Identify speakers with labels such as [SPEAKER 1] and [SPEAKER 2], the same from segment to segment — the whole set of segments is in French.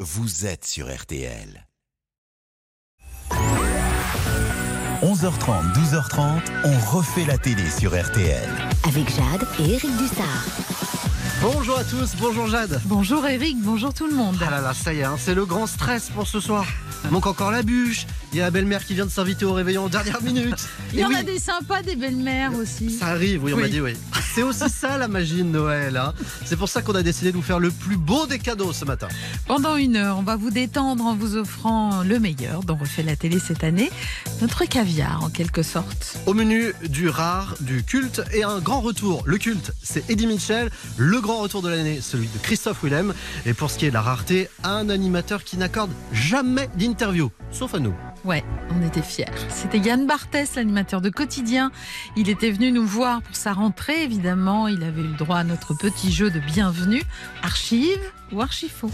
[SPEAKER 1] vous êtes sur RTL. 11h30, 12h30, on refait la télé sur RTL.
[SPEAKER 2] Avec Jade et Eric Dussard.
[SPEAKER 3] Bonjour à tous, bonjour Jade.
[SPEAKER 4] Bonjour Eric, bonjour tout le monde.
[SPEAKER 3] Ah là là, ça y est, hein, c'est le grand stress pour ce soir. Manque encore la bûche, il y a la belle-mère qui vient de s'inviter au réveillon en dernière minute.
[SPEAKER 4] Il y
[SPEAKER 3] Et
[SPEAKER 4] en a
[SPEAKER 3] eh oui,
[SPEAKER 4] des sympas, des belles-mères aussi.
[SPEAKER 3] Ça arrive, oui, on m'a
[SPEAKER 4] Oui.
[SPEAKER 3] dit oui. C'est aussi ça la magie de Noël. hein. C'est pour ça qu'on a décidé de vous faire le plus beau des cadeaux ce matin.
[SPEAKER 4] Pendant une heure, on va vous détendre en vous offrant le meilleur dont refait la télé cette année, notre caviar en quelque sorte.
[SPEAKER 3] Au menu du rare, du culte et un grand retour. Le culte, c'est Eddie Mitchell. Le grand retour de l'année, celui de Christophe Willem. Et pour ce qui est de la rareté, un animateur qui n'accorde jamais d'interview, sauf à nous.
[SPEAKER 4] Ouais, on était fiers. C'était Yann Barthès, l'animateur de Quotidien. Il était venu nous voir pour sa rentrée, évidemment. Il avait eu le droit à notre petit jeu de bienvenue, archive ou archifaux.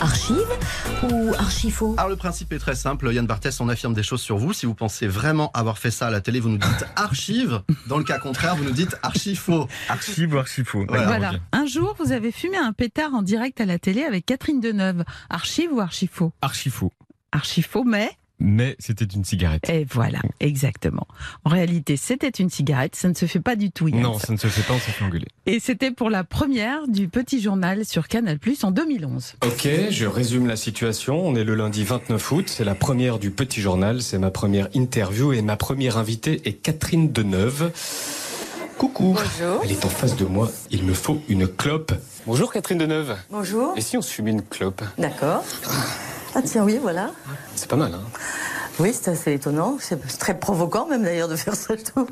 [SPEAKER 2] Archive ou archifaux
[SPEAKER 3] Alors le principe est très simple, Yann Barthès, on affirme des choses sur vous. Si vous pensez vraiment avoir fait ça à la télé, vous nous dites archive. Dans le cas contraire, vous nous dites archi faux.
[SPEAKER 5] Archive ou archifaux.
[SPEAKER 3] Voilà.
[SPEAKER 5] D'accord,
[SPEAKER 4] voilà.
[SPEAKER 5] ok.
[SPEAKER 4] Un jour, vous avez fumé un pétard en direct à la télé avec Catherine Deneuve. Archive ou archifaux
[SPEAKER 5] Archifaux.
[SPEAKER 4] Archifaux, mais.
[SPEAKER 5] Mais c'était une cigarette.
[SPEAKER 4] Et voilà, exactement. En réalité, c'était une cigarette, ça ne se fait pas du tout. Yann,
[SPEAKER 5] Non,
[SPEAKER 4] ça.
[SPEAKER 5] ça ne se fait pas, on s'est fait engueuler.
[SPEAKER 4] Et c'était pour la première du petit journal sur Canal Plus en 2011.
[SPEAKER 6] Ok, je résume la situation. On est le lundi 29 août, c'est la première du Petit Journal, c'est ma première interview et ma première invitée est Catherine Deneuve. Coucou.
[SPEAKER 7] Bonjour.
[SPEAKER 6] Elle est en face de moi, il me faut une clope. Bonjour Catherine Deneuve.
[SPEAKER 7] Bonjour.
[SPEAKER 6] Et si on se fumait une clope
[SPEAKER 7] D'accord. Ah tiens, oui, voilà.
[SPEAKER 6] C'est pas mal, hein
[SPEAKER 7] Oui, c'est assez étonnant. C'est très provocant même d'ailleurs de faire ça, je trouve.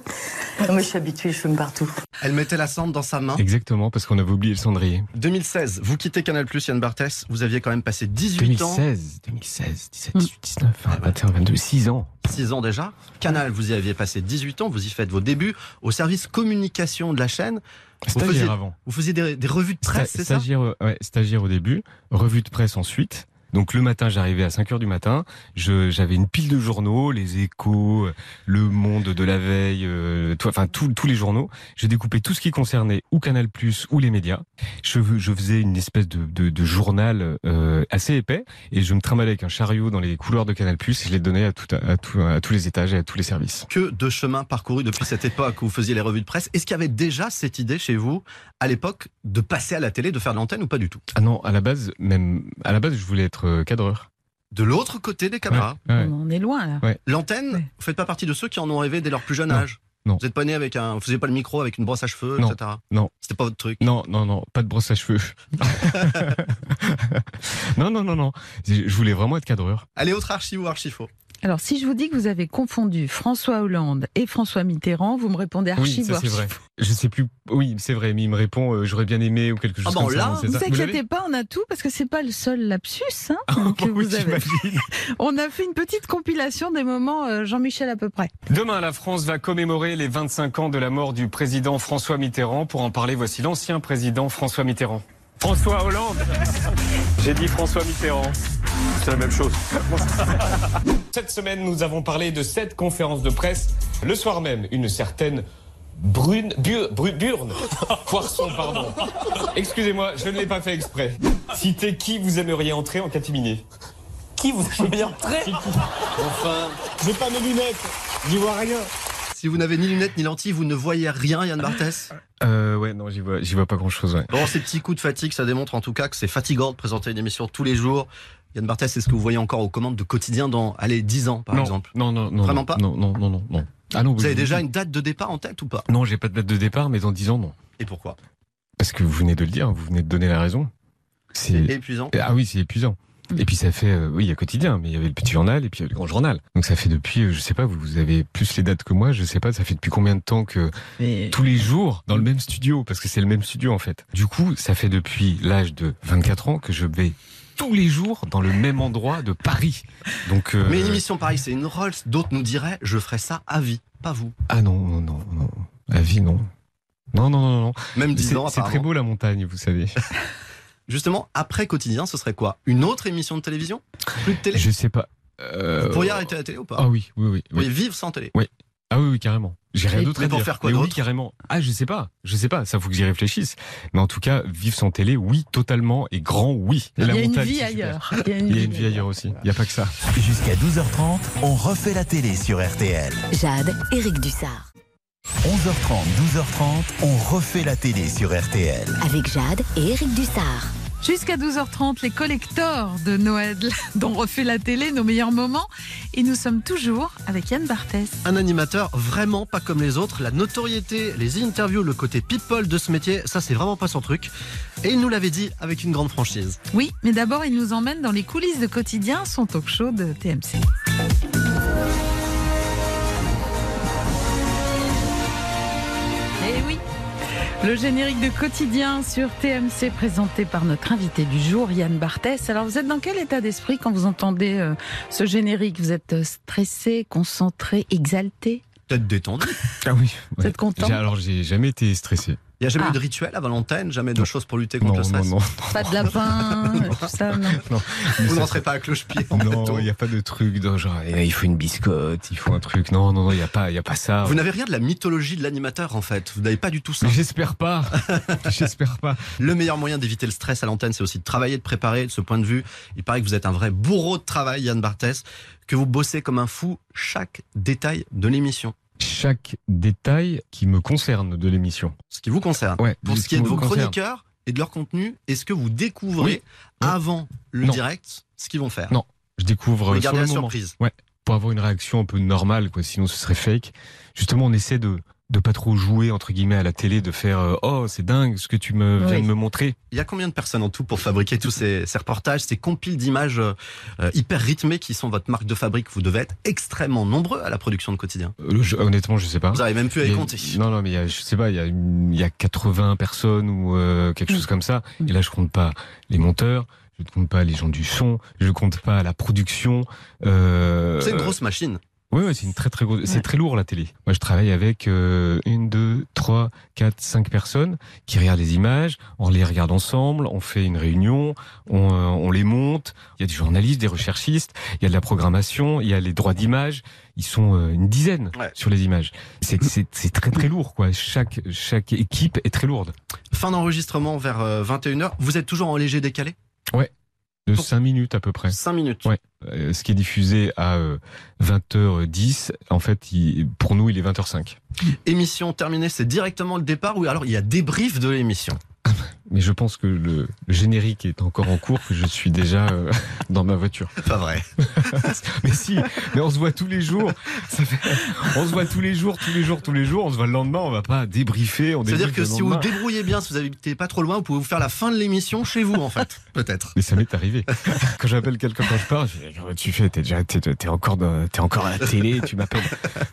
[SPEAKER 7] Non, mais je suis habituée, je fume partout.
[SPEAKER 3] Elle mettait la cendre dans sa main.
[SPEAKER 5] Exactement, parce qu'on avait oublié le cendrier.
[SPEAKER 3] 2016, vous quittez Canal+, Yann Barthès, vous aviez quand même passé 18 ans, Hmm.
[SPEAKER 5] 2016, 2016, 17, 18, 19, 20, 21, 22, 6 ans.
[SPEAKER 3] 6 ans déjà. Canal, vous y aviez passé 18 ans, vous y faites vos débuts au service communication de la chaîne. Vous
[SPEAKER 5] Stagiaire
[SPEAKER 3] faisiez-
[SPEAKER 5] avant.
[SPEAKER 3] Vous faisiez des, des revues de presse,
[SPEAKER 5] Sta-
[SPEAKER 3] c'est ça
[SPEAKER 5] stagiaire, euh, ouais, stagiaire au début, revue de presse ensuite. Donc le matin, j'arrivais à 5 heures du matin, je- j'avais une pile de journaux, les échos, euh, le monde de la veille, euh, tout- enfin tout- tous les journaux. Je découpais tout ce qui concernait ou Canal+, ou les médias. Je, je faisais une espèce de, de- de journal euh, assez épais et je me trimballais avec un chariot dans les couloirs de Canal+, et je les donnais à, tout- à, tout- à tous les étages et à tous les services.
[SPEAKER 3] Que de chemin parcouru depuis cette époque où vous faisiez les revues de presse. Est-ce qu'il y avait déjà cette idée chez vous, à l'époque, de passer à la télé, de faire de l'antenne ou pas du tout
[SPEAKER 5] Ah non, à la base, même à la base, je voulais être euh, cadreur.
[SPEAKER 3] De l'autre côté des caméras,
[SPEAKER 5] Ouais, ouais.
[SPEAKER 4] On en est loin là.
[SPEAKER 3] L'antenne,
[SPEAKER 4] Ouais.
[SPEAKER 3] vous faites pas partie de ceux qui en ont rêvé dès leur plus jeune
[SPEAKER 5] Non.
[SPEAKER 3] âge.
[SPEAKER 5] Non.
[SPEAKER 3] Vous êtes pas né avec un, vous faisiez pas le micro avec une brosse à cheveux,
[SPEAKER 5] Non.
[SPEAKER 3] etc.
[SPEAKER 5] Non.
[SPEAKER 3] C'était pas votre truc.
[SPEAKER 5] Non, non, non, pas de brosse à cheveux. non, non, non, non. Je je voulais vraiment être cadreur.
[SPEAKER 3] Allez, autre archi ou archifaux.
[SPEAKER 4] Alors, si je vous dis que vous avez confondu François Hollande et François Mitterrand, vous me répondez archive ou
[SPEAKER 5] ça c'est
[SPEAKER 4] archifaux.
[SPEAKER 5] vrai. Je sais plus. Oui, c'est vrai. Mais il me répond, euh, j'aurais bien aimé ou quelque chose
[SPEAKER 3] Ah, bon,
[SPEAKER 5] comme
[SPEAKER 3] là,
[SPEAKER 5] ça. non, c'est
[SPEAKER 4] Vous
[SPEAKER 5] ça.
[SPEAKER 4] inquiétez pas, on a tout parce que c'est pas le seul lapsus hein, que
[SPEAKER 5] l'avez
[SPEAKER 4] vous avez.
[SPEAKER 5] J'imagine.
[SPEAKER 4] On a fait une petite compilation des moments euh, Jean-Michel à peu près.
[SPEAKER 6] Demain, la France va commémorer les 25 ans de la mort du président François Mitterrand. Pour en parler, voici l'ancien président François Mitterrand. François Hollande J'ai dit François Mitterrand. C'est la même chose. Cette semaine, nous avons parlé de cette conférence de presse. Le soir même, une certaine Brune... Bu- Bru- burne Poisson, pardon. Excusez-moi, je ne l'ai pas fait exprès. Citez qui vous aimeriez entrer en catimini. Qui vous aimeriez entrer Enfin... J'ai pas mes lunettes J'y vois rien
[SPEAKER 3] Si vous n'avez ni lunettes ni lentilles, vous ne voyez rien, Yann Barthès.
[SPEAKER 5] Euh, ouais, non, j'y vois, j'y vois pas grand chose. Ouais.
[SPEAKER 3] Bon, ces petits coups de fatigue, ça démontre en tout cas que c'est fatigant de présenter une émission tous les jours. Yann Barthès, c'est ce que vous voyez encore aux commandes de quotidien dans, allez, 10 ans par
[SPEAKER 5] non,
[SPEAKER 3] exemple.
[SPEAKER 5] Non, non, non.
[SPEAKER 3] Vraiment
[SPEAKER 5] non,
[SPEAKER 3] pas
[SPEAKER 5] Non, non, non, non, non. Ah non.
[SPEAKER 3] Vous avez
[SPEAKER 5] oui,
[SPEAKER 3] déjà
[SPEAKER 5] oui.
[SPEAKER 3] une date de départ en tête ou pas
[SPEAKER 5] Non, j'ai pas de date de départ, mais dans 10 ans, non.
[SPEAKER 3] Et pourquoi
[SPEAKER 5] Parce que vous venez de le dire, vous venez de donner la raison. C'est
[SPEAKER 3] Épuisant.
[SPEAKER 5] Ah oui, c'est épuisant. Et puis ça fait, euh, oui, il y a quotidien, mais il y avait le petit journal et puis il y avait le grand journal. Donc ça fait depuis, euh, je sais pas, vous, vous avez plus les dates que moi, je sais pas, ça fait depuis combien de temps que
[SPEAKER 4] Mais
[SPEAKER 5] tous les jours dans le même studio, parce que c'est le même studio en fait. Du coup, ça fait depuis l'âge de 24 ans que je vais tous les jours dans le même endroit de Paris. Donc euh,
[SPEAKER 3] Mais une émission pareille, c'est une Rolls. D'autres nous diraient, je ferai ça à vie, pas vous.
[SPEAKER 5] ah non non non non, la vie non. Non, non, non, non.
[SPEAKER 3] Même 10
[SPEAKER 5] C'est
[SPEAKER 3] ans,
[SPEAKER 5] c'est très
[SPEAKER 3] apparemment.
[SPEAKER 5] beau la montagne, vous savez.
[SPEAKER 3] Justement, après quotidien, ce serait quoi Une autre émission de télévision Plus de télé
[SPEAKER 5] Je sais pas. Euh...
[SPEAKER 3] Vous pourriez arrêter la télé ou pas
[SPEAKER 5] Ah oui, oui, oui. oui.
[SPEAKER 3] Oui, vivre sans télé.
[SPEAKER 5] Ah oui, oui, carrément. J'ai rien
[SPEAKER 4] Et
[SPEAKER 5] d'autre à
[SPEAKER 8] mais pour
[SPEAKER 5] dire.
[SPEAKER 8] faire quoi
[SPEAKER 5] Mais oui,
[SPEAKER 8] d'autre
[SPEAKER 5] carrément. Ah, je sais pas. Je sais pas. Ça faut que j'y réfléchisse. Mais en tout cas, vivre sans télé, oui, totalement et grand oui.
[SPEAKER 4] Il
[SPEAKER 5] La
[SPEAKER 4] y a une
[SPEAKER 5] montagne,
[SPEAKER 4] vie
[SPEAKER 5] c'est super.
[SPEAKER 4] ailleurs.
[SPEAKER 5] Il y a une vie ailleurs aussi. Il n'y a pas que ça.
[SPEAKER 1] Jusqu'à 12h30, on refait la télé sur RTL.
[SPEAKER 9] Jade, Éric Dussard.
[SPEAKER 1] 11h30, 12h30, on refait la télé sur RTL.
[SPEAKER 9] Avec Jade et Éric Dussard.
[SPEAKER 4] Jusqu'à 12h30, les collecteurs de Noël dont refait la télé, nos meilleurs moments. Et nous sommes toujours avec Yann Barthès.
[SPEAKER 8] Un animateur vraiment pas comme les autres. La notoriété, les interviews, le côté people de ce métier, ça c'est vraiment pas son truc. Et il nous l'avait dit avec une grande franchise.
[SPEAKER 4] Oui, mais d'abord, il nous emmène dans les coulisses de quotidien, son talk show de TMC. Eh oui le générique de quotidien sur TMC présenté par notre invité du jour, Yann Barthès. Alors, vous êtes dans quel état d'esprit quand vous entendez euh, ce générique Vous êtes euh, stressé, concentré, exalté
[SPEAKER 3] Peut-être détendu.
[SPEAKER 5] Ah oui.
[SPEAKER 4] Vous êtes content
[SPEAKER 5] J'ai- Alors, j'ai jamais été stressé.
[SPEAKER 3] Il n'y a jamais
[SPEAKER 4] Ah.
[SPEAKER 3] eu de rituel à Valentine, jamais de
[SPEAKER 5] Non.
[SPEAKER 3] choses pour lutter contre
[SPEAKER 5] Non,
[SPEAKER 3] le
[SPEAKER 5] non,
[SPEAKER 3] stress.
[SPEAKER 5] non.
[SPEAKER 4] Pas de lapin, euh, tout ça, non.
[SPEAKER 5] Mais
[SPEAKER 3] Vous
[SPEAKER 5] ça-
[SPEAKER 3] n'entrez pas à cloche-pied en
[SPEAKER 5] Non,
[SPEAKER 3] bateau.
[SPEAKER 5] il n'y a pas de truc dans genre, eh, il faut une biscotte, il faut un truc. Non, non, non, il n'y a pas, il y a pas ça.
[SPEAKER 3] Vous n'avez rien de la mythologie de l'animateur en fait. Vous n'avez pas du tout ça.
[SPEAKER 5] Mais J'espère pas. J'espère pas.
[SPEAKER 3] Le meilleur moyen d'éviter le stress à l'antenne, c'est aussi de travailler, de préparer. De ce point de vue, il paraît que vous êtes un vrai bourreau de travail, Yann Barthès, que vous bossez comme un fou chaque détail de l'émission.
[SPEAKER 5] Chaque détail qui me concerne de l'émission.
[SPEAKER 3] Ce qui vous concerne.
[SPEAKER 5] Ouais.
[SPEAKER 3] Pour ce qui est de
[SPEAKER 5] me
[SPEAKER 3] vos
[SPEAKER 5] concerne.
[SPEAKER 3] chroniqueurs et de leur contenu, est-ce que vous
[SPEAKER 5] Oui.
[SPEAKER 3] découvrez avant le
[SPEAKER 5] Non.
[SPEAKER 3] direct ce qu'ils vont faire
[SPEAKER 5] Non, Je découvre
[SPEAKER 3] Vous
[SPEAKER 5] euh,
[SPEAKER 3] les
[SPEAKER 5] sur le
[SPEAKER 3] gardez la
[SPEAKER 5] moment.
[SPEAKER 3] surprise.
[SPEAKER 5] pour avoir une réaction un peu normale, quoi. Sinon, ce serait fake. Justement, on essaie de de pas trop jouer entre guillemets à la télé, de faire euh, oh c'est dingue ce que tu me viens
[SPEAKER 4] Oui.
[SPEAKER 5] de me montrer.
[SPEAKER 3] Il y a combien de personnes en tout pour fabriquer tous ces, ces reportages, ces compiles d'images euh, euh, hyper rythmées qui sont votre marque de fabrique Vous devez être extrêmement nombreux à la production de quotidien.
[SPEAKER 5] Euh, je- honnêtement, je sais pas.
[SPEAKER 3] Vous n'avez même plus à
[SPEAKER 5] Il y
[SPEAKER 3] les
[SPEAKER 5] a-
[SPEAKER 3] compter.
[SPEAKER 5] Non, non, mais il y a, je sais pas, il y a, une- il y a 80 personnes ou euh, quelque chose comme ça. Et là, je compte pas les monteurs, je ne compte pas les gens du son, je compte pas la production. Euh,
[SPEAKER 3] C'est une grosse machine.
[SPEAKER 5] Oui, ouais, c'est une très très grosse.
[SPEAKER 4] Ouais.
[SPEAKER 5] C'est très lourd la télé. Moi, je travaille avec euh, une, deux, trois, quatre, cinq personnes qui regardent les images. On les regarde ensemble. On fait une réunion. On, euh, on les monte. Il y a des journalistes, des recherchistes. Il y a de la programmation. Il y a les droits d'image. Ils sont euh, une dizaine
[SPEAKER 3] Ouais.
[SPEAKER 5] sur les images. C'est c'est c'est très très lourd quoi. Chaque chaque équipe est très lourde.
[SPEAKER 3] Fin d'enregistrement vers euh, 21h. Vous êtes toujours en léger décalé
[SPEAKER 5] De
[SPEAKER 3] Pour-
[SPEAKER 5] cinq minutes à peu près.
[SPEAKER 3] 5 minutes.
[SPEAKER 5] Ouais. Euh, ce qui est diffusé à euh, 20h10, en fait, il- pour nous, il est 20h05.
[SPEAKER 3] Émission terminée, c'est directement le départ ou alors il y a débrief de l'émission.
[SPEAKER 5] Mais je pense que le le générique est encore en cours, que je suis déjà euh, dans ma voiture.
[SPEAKER 3] Pas vrai.
[SPEAKER 5] Mais si, mais on se voit tous les jours. Ça fait- on se voit tous les jours, tous les jours, tous les jours. On se voit le lendemain, on va pas débriefer. On
[SPEAKER 3] C'est-à-dire
[SPEAKER 5] débriefe
[SPEAKER 3] que
[SPEAKER 5] le
[SPEAKER 3] si vous
[SPEAKER 5] lendemain.
[SPEAKER 3] débrouillez bien, si vous habitez pas trop loin, vous pouvez vous faire la fin de l'émission chez vous en fait. Peut-être.
[SPEAKER 5] Mais ça m'est arrivé. Quand j'appelle quelqu'un quand je pars, je dis, Comment tu fais, t'es déjà, t'es, t'es encore, dans- t'es encore à la télé, tu m'appelles.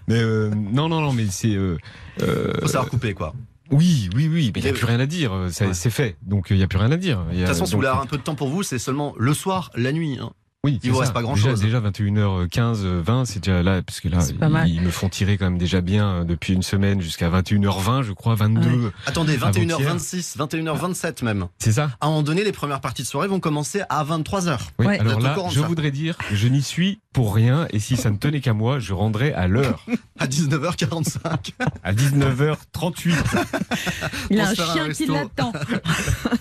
[SPEAKER 5] Mais euh, non, non, non, mais c'est. euh, euh,
[SPEAKER 3] Faut savoir couper quoi.
[SPEAKER 5] oui, oui, oui. Mais il n'y
[SPEAKER 3] Et-
[SPEAKER 5] a plus rien à dire. Ça-
[SPEAKER 3] Ouais.
[SPEAKER 5] C'est fait. Donc il n'y a plus rien à dire.
[SPEAKER 3] De toute façon, si vous voulez avoir un peu de temps pour vous, c'est seulement le soir, la nuit. hein.
[SPEAKER 5] Oui,
[SPEAKER 3] Il
[SPEAKER 5] c'est
[SPEAKER 3] vous
[SPEAKER 5] ça.
[SPEAKER 3] reste pas
[SPEAKER 5] Déjà-
[SPEAKER 3] grand-chose.
[SPEAKER 5] Déjà, 21h15, euh, 20, c'est déjà là, parce que là,
[SPEAKER 4] C'est pas mal.
[SPEAKER 5] ils, ils me font tirer quand même déjà bien euh, depuis une semaine jusqu'à 21h20, je crois, 22.
[SPEAKER 3] Attendez,
[SPEAKER 5] Avant-hier.
[SPEAKER 3] 21h26, 21h27 même.
[SPEAKER 5] C'est ça
[SPEAKER 3] À un moment donné, les premières parties de soirée vont commencer à 23h.
[SPEAKER 5] Oui.
[SPEAKER 4] Ouais.
[SPEAKER 5] Alors
[SPEAKER 3] Vous êtes au
[SPEAKER 5] là,
[SPEAKER 3] courant de
[SPEAKER 5] je
[SPEAKER 3] ça
[SPEAKER 5] voudrais dire, je n'y suis pour rien, et si ça ne tenait qu'à moi, je rendrais à l'heure,
[SPEAKER 3] À 19h45.
[SPEAKER 5] à 19h38.
[SPEAKER 4] Il a un
[SPEAKER 3] Pour se faire un
[SPEAKER 4] chien qui
[SPEAKER 3] resto.
[SPEAKER 4] l'attend.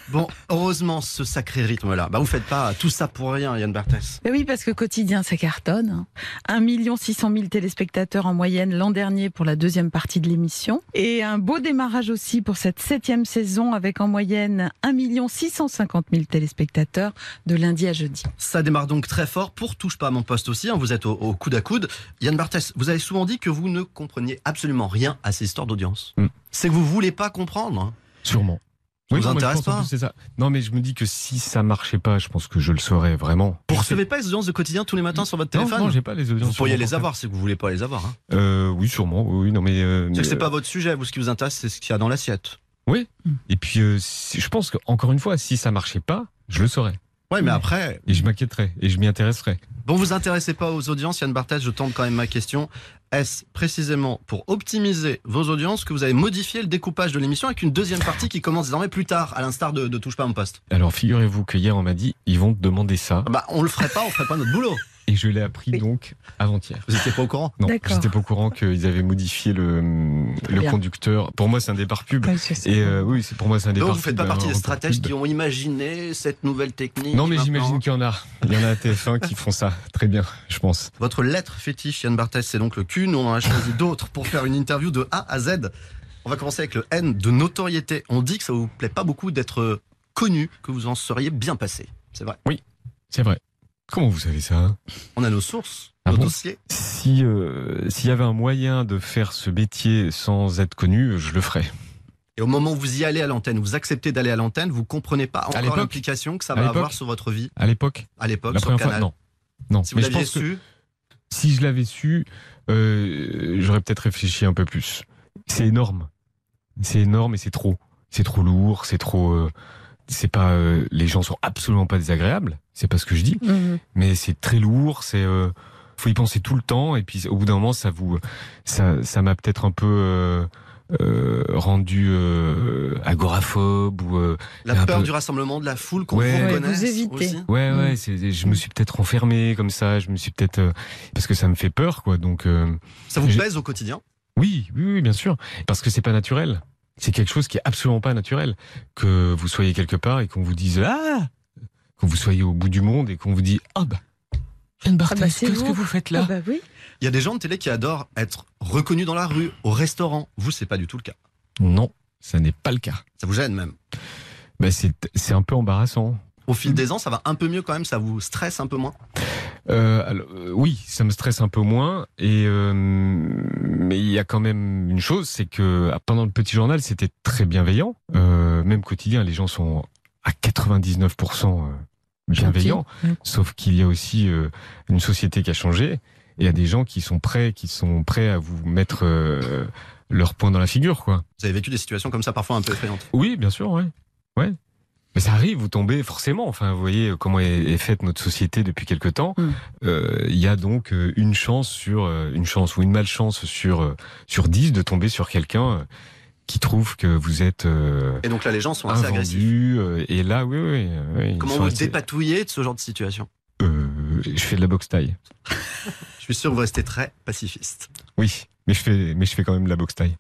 [SPEAKER 3] bon, heureusement, ce sacré rythme-là. Bah, vous faites pas tout ça pour rien, Yann Barthès.
[SPEAKER 4] Mais oui, parce que quotidien, ça cartonne. hein. 1 600 000 téléspectateurs en moyenne l'an dernier pour la deuxième partie de l'émission. Et un beau démarrage aussi pour cette septième saison avec en moyenne 1 650 000 téléspectateurs de lundi à jeudi.
[SPEAKER 3] Ça démarre donc très fort pour Touche pas à mon poste aussi. hein. vous êtes au, au coude à coude. Yann Barthès, vous avez souvent dit que vous ne compreniez absolument rien à ces histoires d'audience.
[SPEAKER 5] Mm.
[SPEAKER 3] C'est que vous voulez pas comprendre. Hein.
[SPEAKER 5] Sûrement.
[SPEAKER 3] Ça
[SPEAKER 5] Oui,
[SPEAKER 3] vous
[SPEAKER 5] non, mais je
[SPEAKER 3] intéresse
[SPEAKER 5] pense en
[SPEAKER 3] pas
[SPEAKER 5] plus, c'est ça. Non, mais je me dis que si ça marchait pas, je pense que je le saurais vraiment.
[SPEAKER 3] Vous recevez pas les audiences de quotidien tous les matins sur votre
[SPEAKER 5] Non,
[SPEAKER 3] téléphone
[SPEAKER 5] non, j'ai pas les audiences.
[SPEAKER 3] Vous
[SPEAKER 5] sur
[SPEAKER 3] pourriez
[SPEAKER 5] mon
[SPEAKER 3] les
[SPEAKER 5] portable.
[SPEAKER 3] avoir, c'est que vous voulez pas les avoir. hein.
[SPEAKER 5] Euh, oui, sûrement. Oui, non, mais. euh,
[SPEAKER 3] C'est que
[SPEAKER 5] mais,
[SPEAKER 3] c'est pas votre sujet. Vous, ce qui vous intéresse, c'est ce qu'il y a dans l'assiette.
[SPEAKER 5] Et puis, euh, si- je pense qu'encore une fois, si ça marchait pas, je le saurais.
[SPEAKER 3] Ouais, mais après,
[SPEAKER 5] Et je m'inquiéterais, et je m'y intéresserais.
[SPEAKER 3] Hmm. Bon, vous intéressez pas aux audiences, Yann Barthès, je tente quand même ma question. Est-ce précisément pour optimiser vos audiences que vous avez modifié le découpage de l'émission avec une deuxième partie qui commence désormais plus tard, à l'instar de, de Touche pas à mon poste
[SPEAKER 5] Alors figurez-vous que hier on m'a dit ils vont te demander ça.
[SPEAKER 3] Ah Bah, on le ferait pas, on ferait pas notre boulot.
[SPEAKER 5] Et je l'ai appris donc avant-hier.
[SPEAKER 3] Vous n'étiez pas au courant
[SPEAKER 5] Non,
[SPEAKER 4] D'accord.
[SPEAKER 5] j'étais pas au courant qu'ils avaient modifié le, le
[SPEAKER 4] bien.
[SPEAKER 5] conducteur. Pour moi, c'est un départ pub.
[SPEAKER 4] Ouais, c'est ça.
[SPEAKER 5] Et euh, oui, c'est pour moi, c'est un départ
[SPEAKER 3] Donc vous
[SPEAKER 5] pub. euh,
[SPEAKER 3] ne faites pas
[SPEAKER 5] un
[SPEAKER 3] partie des
[SPEAKER 5] report
[SPEAKER 3] stratèges
[SPEAKER 5] pub.
[SPEAKER 3] qui ont imaginé cette nouvelle technique
[SPEAKER 5] Non, mais
[SPEAKER 3] maintenant.
[SPEAKER 5] j'imagine qu'il y en a. Il y en a à TF1 qui font ça très bien, je pense.
[SPEAKER 3] Votre lettre fétiche, Yann Barthès, c'est donc le Q. Nous, on en a choisi d'autres pour faire une interview de A à Z. On va commencer avec le N de notoriété. On dit que ça vous plaît pas beaucoup d'être euh, connu, que vous en seriez bien passé. C'est vrai.
[SPEAKER 5] C'est vrai. Comment vous savez ça
[SPEAKER 3] On a nos sources,
[SPEAKER 5] Ah
[SPEAKER 3] nos
[SPEAKER 5] bon
[SPEAKER 3] dossiers.
[SPEAKER 5] Si euh, s'il y avait un moyen de faire ce métier sans être connu, je le ferais.
[SPEAKER 3] Et au moment où vous y allez à l'antenne, vous acceptez d'aller à l'antenne, vous comprenez pas encore
[SPEAKER 5] l'époque
[SPEAKER 3] l'implication que ça
[SPEAKER 5] À
[SPEAKER 3] va
[SPEAKER 5] l'époque
[SPEAKER 3] avoir sur votre vie
[SPEAKER 5] À l'époque,
[SPEAKER 3] à l'époque
[SPEAKER 5] la
[SPEAKER 3] sur
[SPEAKER 5] première fois,
[SPEAKER 3] Canal.
[SPEAKER 5] non. Non,
[SPEAKER 3] Si vous
[SPEAKER 5] mais je
[SPEAKER 3] l'aviez
[SPEAKER 5] pense que
[SPEAKER 3] su,
[SPEAKER 5] si je l'avais su, euh, j'aurais peut-être réfléchi un peu plus. C'est énorme. C'est énorme et c'est trop. C'est trop lourd, c'est trop. euh, c'est pas. euh, les gens sont absolument pas désagréables, c'est pas ce que je dis,
[SPEAKER 4] Mhm.
[SPEAKER 5] mais c'est très lourd, c'est. euh, faut y penser tout le temps et puis au bout d'un moment, ça vous. Ça ça m'a peut-être un peu. euh, euh, rendu euh, agoraphobe ou euh,
[SPEAKER 3] la
[SPEAKER 5] c'est un
[SPEAKER 3] peur
[SPEAKER 5] peu-
[SPEAKER 3] du rassemblement, de la foule qu'on
[SPEAKER 5] Ouais.
[SPEAKER 3] reconnaît
[SPEAKER 4] Ouais, vous évitez.
[SPEAKER 3] aussi.
[SPEAKER 5] Ouais,
[SPEAKER 4] Mm.
[SPEAKER 5] ouais, c'est- je me suis peut-être renfermé comme ça, je me suis peut-être. euh, parce que ça me fait peur, quoi. Donc, euh,
[SPEAKER 3] Ça vous
[SPEAKER 5] J'ai-
[SPEAKER 3] pèse au quotidien
[SPEAKER 5] oui, oui, oui, bien sûr. Parce que c'est pas naturel. C'est quelque chose qui est absolument pas naturel. Que vous soyez quelque part et qu'on vous dise Ah Que vous soyez au bout du monde et qu'on vous dit Ah bah, Anne Barthès,
[SPEAKER 4] bah, c'est
[SPEAKER 5] qu'est-ce que
[SPEAKER 4] vous.
[SPEAKER 5] vous faites
[SPEAKER 4] Ah
[SPEAKER 5] là
[SPEAKER 4] bah oui.
[SPEAKER 3] Il y a des gens de télé qui adorent être reconnus dans la rue, au restaurant. Vous, c'est pas du tout le cas.
[SPEAKER 5] Non, ça n'est pas le cas.
[SPEAKER 3] Ça vous gêne même.
[SPEAKER 5] Bah, c'est c'est un peu embarrassant.
[SPEAKER 3] Au
[SPEAKER 5] Mm.
[SPEAKER 3] fil des ans, ça va un peu mieux quand même, ça vous stresse un peu moins.
[SPEAKER 5] Euh, alors, euh, oui, ça me stresse un peu moins. Et euh, mais il y a quand même une chose, c'est que ah, pendant le petit journal, c'était très bienveillant, Euh, même quotidien. Les gens sont à 99% euh, bienveillants.
[SPEAKER 4] Gentils,
[SPEAKER 5] Sauf qu'il y a aussi euh, une société qui a changé. Et il y a des gens qui sont prêts, qui sont prêts à vous mettre euh, leur poing dans la figure, quoi.
[SPEAKER 3] Vous avez vécu des situations comme ça parfois un peu effrayantes.
[SPEAKER 5] Oui, bien sûr, ouais. Ouais. Mais ça arrive, vous tombez forcément. Enfin, vous voyez comment est, est faite notre société depuis quelque temps.
[SPEAKER 4] Mm.
[SPEAKER 5] Euh, Il y a donc euh, une chance sur euh, une chance ou une malchance sur euh, sur 10 de tomber sur quelqu'un euh, qui trouve que vous êtes euh,
[SPEAKER 3] Et donc là, les gens sont assez agressifs.
[SPEAKER 5] invendu. euh, et là, oui, oui. oui, ils
[SPEAKER 3] Comment
[SPEAKER 5] sont
[SPEAKER 3] vous
[SPEAKER 5] assez-
[SPEAKER 3] dépatouillez de ce genre de situation
[SPEAKER 5] Euh, Je fais de la boxe taille.
[SPEAKER 3] Je suis sûr que vous restez très pacifiste.
[SPEAKER 5] Oui, mais je fais mais je fais quand même de la boxe taille.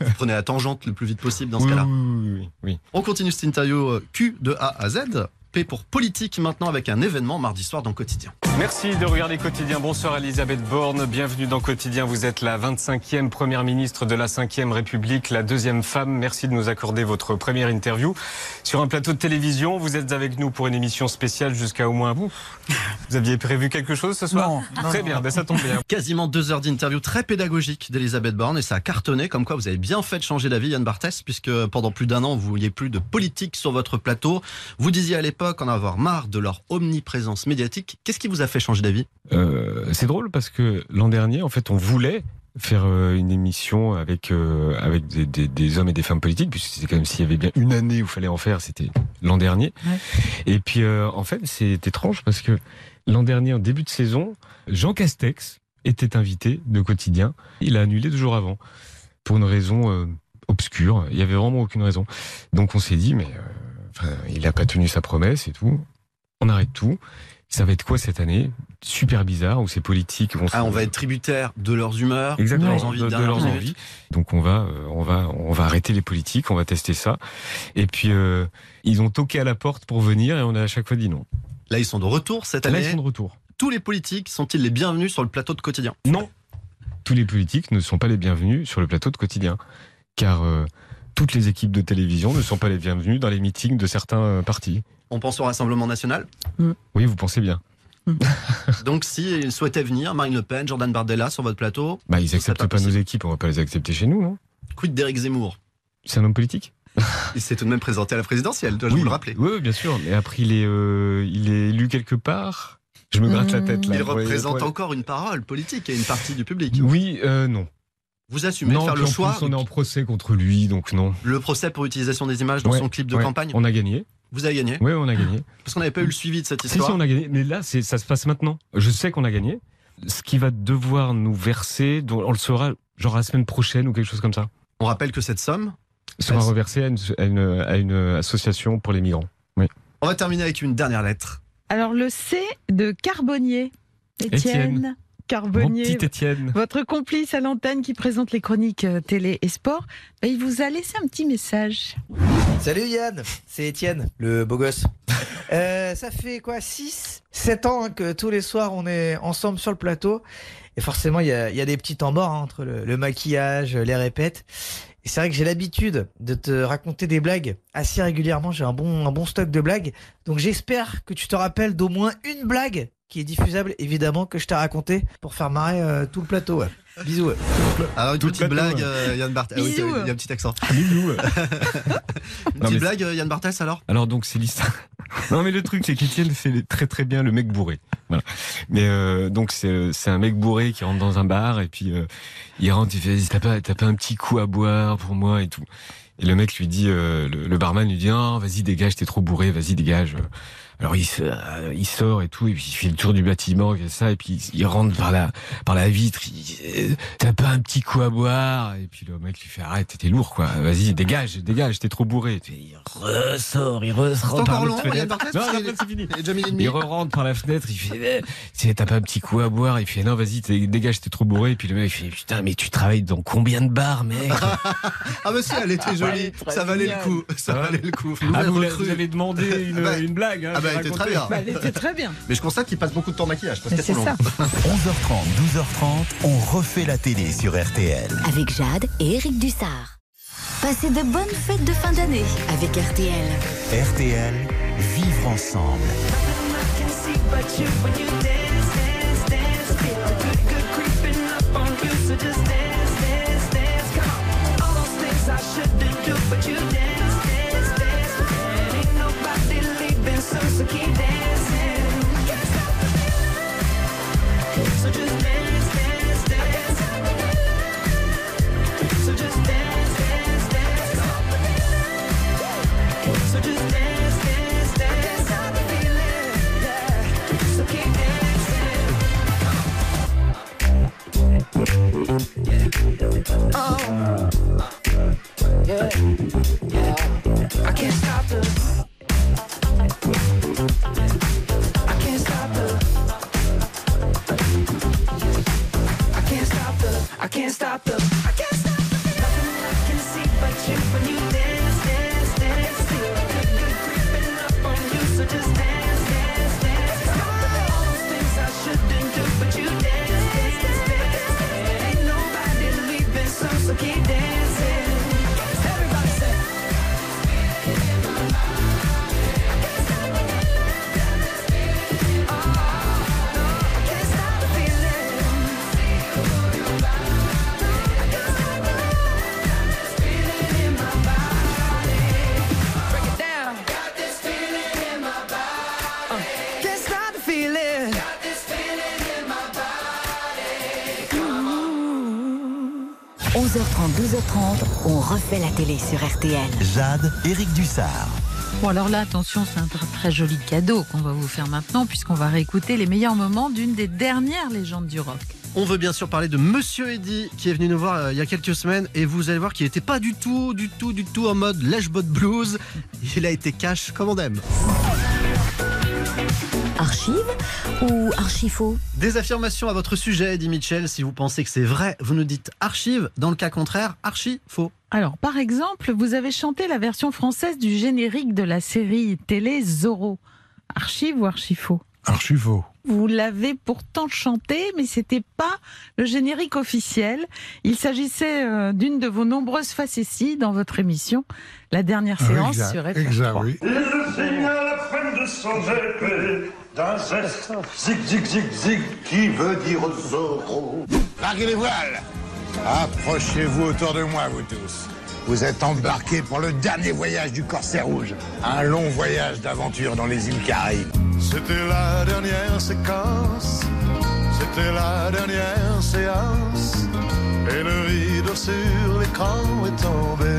[SPEAKER 3] Vous prenez la tangente le plus vite possible dans ce
[SPEAKER 5] oui,
[SPEAKER 3] cas-là.
[SPEAKER 5] oui, oui, oui, oui.
[SPEAKER 3] On continue cette interview euh, Q de A à Z. P pour politique maintenant avec un événement mardi soir dans Quotidien.
[SPEAKER 10] Merci de regarder Quotidien. Bonsoir Elisabeth Borne, bienvenue dans Quotidien. Vous êtes la 25e première ministre de la 5e République, la deuxième femme. Merci de nous accorder votre première interview sur un plateau de télévision. Vous êtes avec nous pour une émission spéciale jusqu'à au moins vous. Vous aviez prévu quelque chose ce soir Très bien, ben ça tombe bien.
[SPEAKER 3] Quasiment deux heures d'interview très pédagogique d'Elisabeth Borne et ça a cartonné comme quoi vous avez bien fait de changer d'avis Yann Barthès puisque pendant plus d'un an vous vouliez plus de politique sur votre plateau. Vous disiez à l'époque en avoir marre de leur omniprésence médiatique. Qu'est-ce qui vous a fait changer d'avis
[SPEAKER 5] Euh, c'est drôle parce que l'an dernier, en fait, on voulait faire euh, une émission avec euh, avec des, des- des hommes et des femmes politiques puisque c'est comme s'il y avait bien une année où fallait en faire c'était l'an dernier
[SPEAKER 4] Ouais.
[SPEAKER 5] et puis euh, en fait c'est étrange parce que l'an dernier en début de saison Jean Castex était invité de quotidien il a annulé deux jours avant pour une raison euh, obscure il y avait vraiment aucune raison donc on s'est dit mais euh, enfin, il a pas tenu sa promesse et tout on arrête tout ça va être quoi cette année super bizarre où ces politiques vont se-
[SPEAKER 3] Ah, on va être tributaire de leurs humeurs,
[SPEAKER 5] Exactement,
[SPEAKER 3] de leurs envies.
[SPEAKER 5] de, de
[SPEAKER 3] d'un-
[SPEAKER 5] leurs
[SPEAKER 3] d'un-
[SPEAKER 5] envies. Donc on va, euh, on va, on va arrêter les politiques, on va tester ça. Et puis euh, ils ont toqué à la porte pour venir et on a à chaque fois dit non.
[SPEAKER 3] Là, ils sont de retour cette
[SPEAKER 5] Là
[SPEAKER 3] année.
[SPEAKER 5] ils sont de retour.
[SPEAKER 3] Tous les politiques sont-ils les bienvenus sur le plateau de quotidien
[SPEAKER 5] Non, tous les politiques ne sont pas les bienvenus sur le plateau de quotidien, car euh, toutes les équipes de télévision ne sont pas les bienvenues dans les meetings de certains euh, partis.
[SPEAKER 3] On pense au Rassemblement National.
[SPEAKER 5] Oui, vous pensez bien.
[SPEAKER 3] Donc, s'ils souhaitaient venir, Marine Le Pen, Jordan Bardella sur votre plateau,
[SPEAKER 5] Bah ils
[SPEAKER 3] Ce serait
[SPEAKER 5] acceptent
[SPEAKER 3] pas
[SPEAKER 5] pas nos équipes, on va pas les accepter chez nous, non
[SPEAKER 3] quid d'Éric Zemmour
[SPEAKER 5] C'est un homme politique.
[SPEAKER 3] Il s'est tout de même présenté à la présidentielle, dois-je vous Bah, le rappeler
[SPEAKER 5] Oui, oui, bien sûr. Mais après il est, euh, il est élu quelque part. Je me gratte la
[SPEAKER 4] Mmh.
[SPEAKER 5] tête là.
[SPEAKER 3] Il
[SPEAKER 5] vous voyez,
[SPEAKER 3] représente
[SPEAKER 5] ouais.
[SPEAKER 3] encore une parole politique et une partie du public.
[SPEAKER 5] Oui, euh, non.
[SPEAKER 3] Vous assumez de faire
[SPEAKER 5] puis
[SPEAKER 3] le
[SPEAKER 5] en
[SPEAKER 3] choix,
[SPEAKER 5] plus, on est en procès contre lui, donc non.
[SPEAKER 3] le procès pour utilisation des images dans
[SPEAKER 5] Ouais,
[SPEAKER 3] son clip de
[SPEAKER 5] ouais,
[SPEAKER 3] campagne.
[SPEAKER 5] On a gagné.
[SPEAKER 3] Vous avez gagné
[SPEAKER 5] Oui, on a gagné.
[SPEAKER 3] parce qu'on n'avait pas eu le suivi de cette
[SPEAKER 5] si, si,
[SPEAKER 3] histoire.
[SPEAKER 5] on a gagné. Mais là, c'est, ça se passe maintenant. Je sais qu'on a gagné. Ce qui va devoir nous verser, dont on le saura genre la semaine prochaine ou quelque chose comme ça,
[SPEAKER 3] On rappelle que cette somme.
[SPEAKER 5] sera
[SPEAKER 3] Ouais, Bah, c'est-
[SPEAKER 5] reversé à une, à une- à une association pour les migrants.
[SPEAKER 3] On va terminer avec une dernière lettre.
[SPEAKER 4] Alors le C de Carbonnier. Étienne
[SPEAKER 5] Mon
[SPEAKER 4] Carbonnier,
[SPEAKER 5] petit Étienne.
[SPEAKER 4] votre complice à l'antenne qui présente les chroniques euh, télé et sport, ben, il vous a laissé un petit message.
[SPEAKER 11] Salut Yann, c'est Étienne, le beau gosse. Euh, ça fait quoi 6, 7 ans hein, que tous les soirs on est ensemble sur le plateau. Et forcément, il y a, il y a des petits temps morts hein, entre le, le maquillage, les répètes. Et c'est vrai que j'ai l'habitude de te raconter des blagues assez régulièrement. J'ai un bon, un bon stock de blagues. Donc j'espère que tu te rappelles d'au moins une blague qui est diffusable, évidemment, que je t'ai racontée pour faire marrer euh, tout le plateau. ouais. Bisous. ouais.
[SPEAKER 12] Alors, une
[SPEAKER 5] Tout le
[SPEAKER 12] petite
[SPEAKER 5] plateau,
[SPEAKER 12] blague,
[SPEAKER 5] hein.
[SPEAKER 12] euh, Yann Barthès. Ah oui,
[SPEAKER 4] Bisous.
[SPEAKER 12] il y a un petit accent.
[SPEAKER 5] Minou.
[SPEAKER 12] Une
[SPEAKER 5] Non, mais
[SPEAKER 12] petite blague, euh, Yann Barthès, alors
[SPEAKER 5] Alors donc c'est l'histoire. Non mais le truc c'est qu'Étienne fait les- très très bien le mec bourré. Voilà. Mais euh, donc c'est c'est un mec bourré qui rentre dans un bar et puis euh, il rentre il fait Vas-y, t'as pas t'as pas un petit coup à boire pour moi et tout. Et le mec lui dit euh, le, le barman lui dit non vas-y dégage t'es trop bourré vas-y dégage. Euh, Alors il, se- euh, il sort et tout et puis il fait le tour du bâtiment et ça et puis il rentre par la par la vitre il dit, Euh, t'as pas un petit coup à boire et puis le mec lui fait arrête t'es lourd quoi vas-y dégage dégage t'es trop bourré. Il ressort il ressort.
[SPEAKER 12] C'est
[SPEAKER 5] par
[SPEAKER 12] encore
[SPEAKER 5] l'autre
[SPEAKER 12] long,
[SPEAKER 5] fenêtre.
[SPEAKER 12] Yann Barthès
[SPEAKER 5] Non,
[SPEAKER 12] parce qu'il
[SPEAKER 5] après, c'est fini.
[SPEAKER 12] est déjà midi et demi.
[SPEAKER 5] Il rentre par la fenêtre, il fait Eh, T'as pas un petit coup à boire Il fait Non, vas-y, t'es- dégage, t'es trop bourré. Et puis le mec, il fait Putain, mais tu travailles dans combien de bars, mec
[SPEAKER 12] Ah, monsieur, elle était jolie. Ça valait le coup. Ça
[SPEAKER 5] Ouais.
[SPEAKER 12] valait le coup.
[SPEAKER 5] Ah,
[SPEAKER 12] Nouvelle
[SPEAKER 5] vous, la-
[SPEAKER 12] recrue.
[SPEAKER 5] vous avez demandé une,
[SPEAKER 12] Ah bah-
[SPEAKER 5] une blague. hein,
[SPEAKER 12] Ah, bah,
[SPEAKER 5] j'ai
[SPEAKER 12] elle était très
[SPEAKER 5] raconté.
[SPEAKER 12] bien.
[SPEAKER 4] Bah, elle était très bien.
[SPEAKER 12] Mais je constate qu'il passe beaucoup de temps de maquillage parce
[SPEAKER 4] Mais
[SPEAKER 12] qu'elles sont
[SPEAKER 4] c'est
[SPEAKER 12] longues.
[SPEAKER 4] ça.
[SPEAKER 1] 11h30, 12h30, on refait la télé sur RTL.
[SPEAKER 2] Avec Jade et Eric Dussard. Passez de bonnes fêtes de fin d'année avec RTL.
[SPEAKER 1] RTL, vivre ensemble.
[SPEAKER 2] h 30 12h30, on refait la télé sur RTL.
[SPEAKER 1] Jade, Eric Dussard.
[SPEAKER 9] Bon alors là, attention, c'est un très, très joli cadeau qu'on va vous faire maintenant puisqu'on va réécouter les meilleurs moments d'une des dernières légendes du rock.
[SPEAKER 3] On veut bien sûr parler de Monsieur Eddy qui est venu nous voir euh, il y a quelques semaines et vous allez voir qu'il n'était pas du tout, du tout, du tout en mode lèche-botte blues. Il a été cash comme on aime.
[SPEAKER 2] Archive ou archifaux
[SPEAKER 3] Des affirmations à votre sujet, Eddie Mitchell. Si vous pensez que c'est vrai, vous nous dites archive. Dans le cas contraire, archi faux.
[SPEAKER 4] Alors, par exemple, vous avez chanté la version française du générique de la série télé Zorro. Archive ou archifaux
[SPEAKER 13] Archivo.
[SPEAKER 4] Vous l'avez pourtant chanté, mais c'était pas le générique officiel. Il s'agissait euh, d'une de vos nombreuses facéties dans votre émission, la
[SPEAKER 3] Ah
[SPEAKER 4] dernière séance
[SPEAKER 13] exact,
[SPEAKER 4] sur FR3.
[SPEAKER 13] exact, oui.
[SPEAKER 11] Et je signe à la fin de son épée d'un geste zig zig zig zig qui veut dire Zorro.
[SPEAKER 13] Larguez les voiles Approchez-vous autour de moi, vous tous. Vous êtes embarqués pour le dernier voyage du Corsair Rouge. Un long voyage d'aventure dans les îles Caraïbes.
[SPEAKER 11] C'était la dernière séquence, c'était la dernière séance, et le rideau sur l'écran est tombé.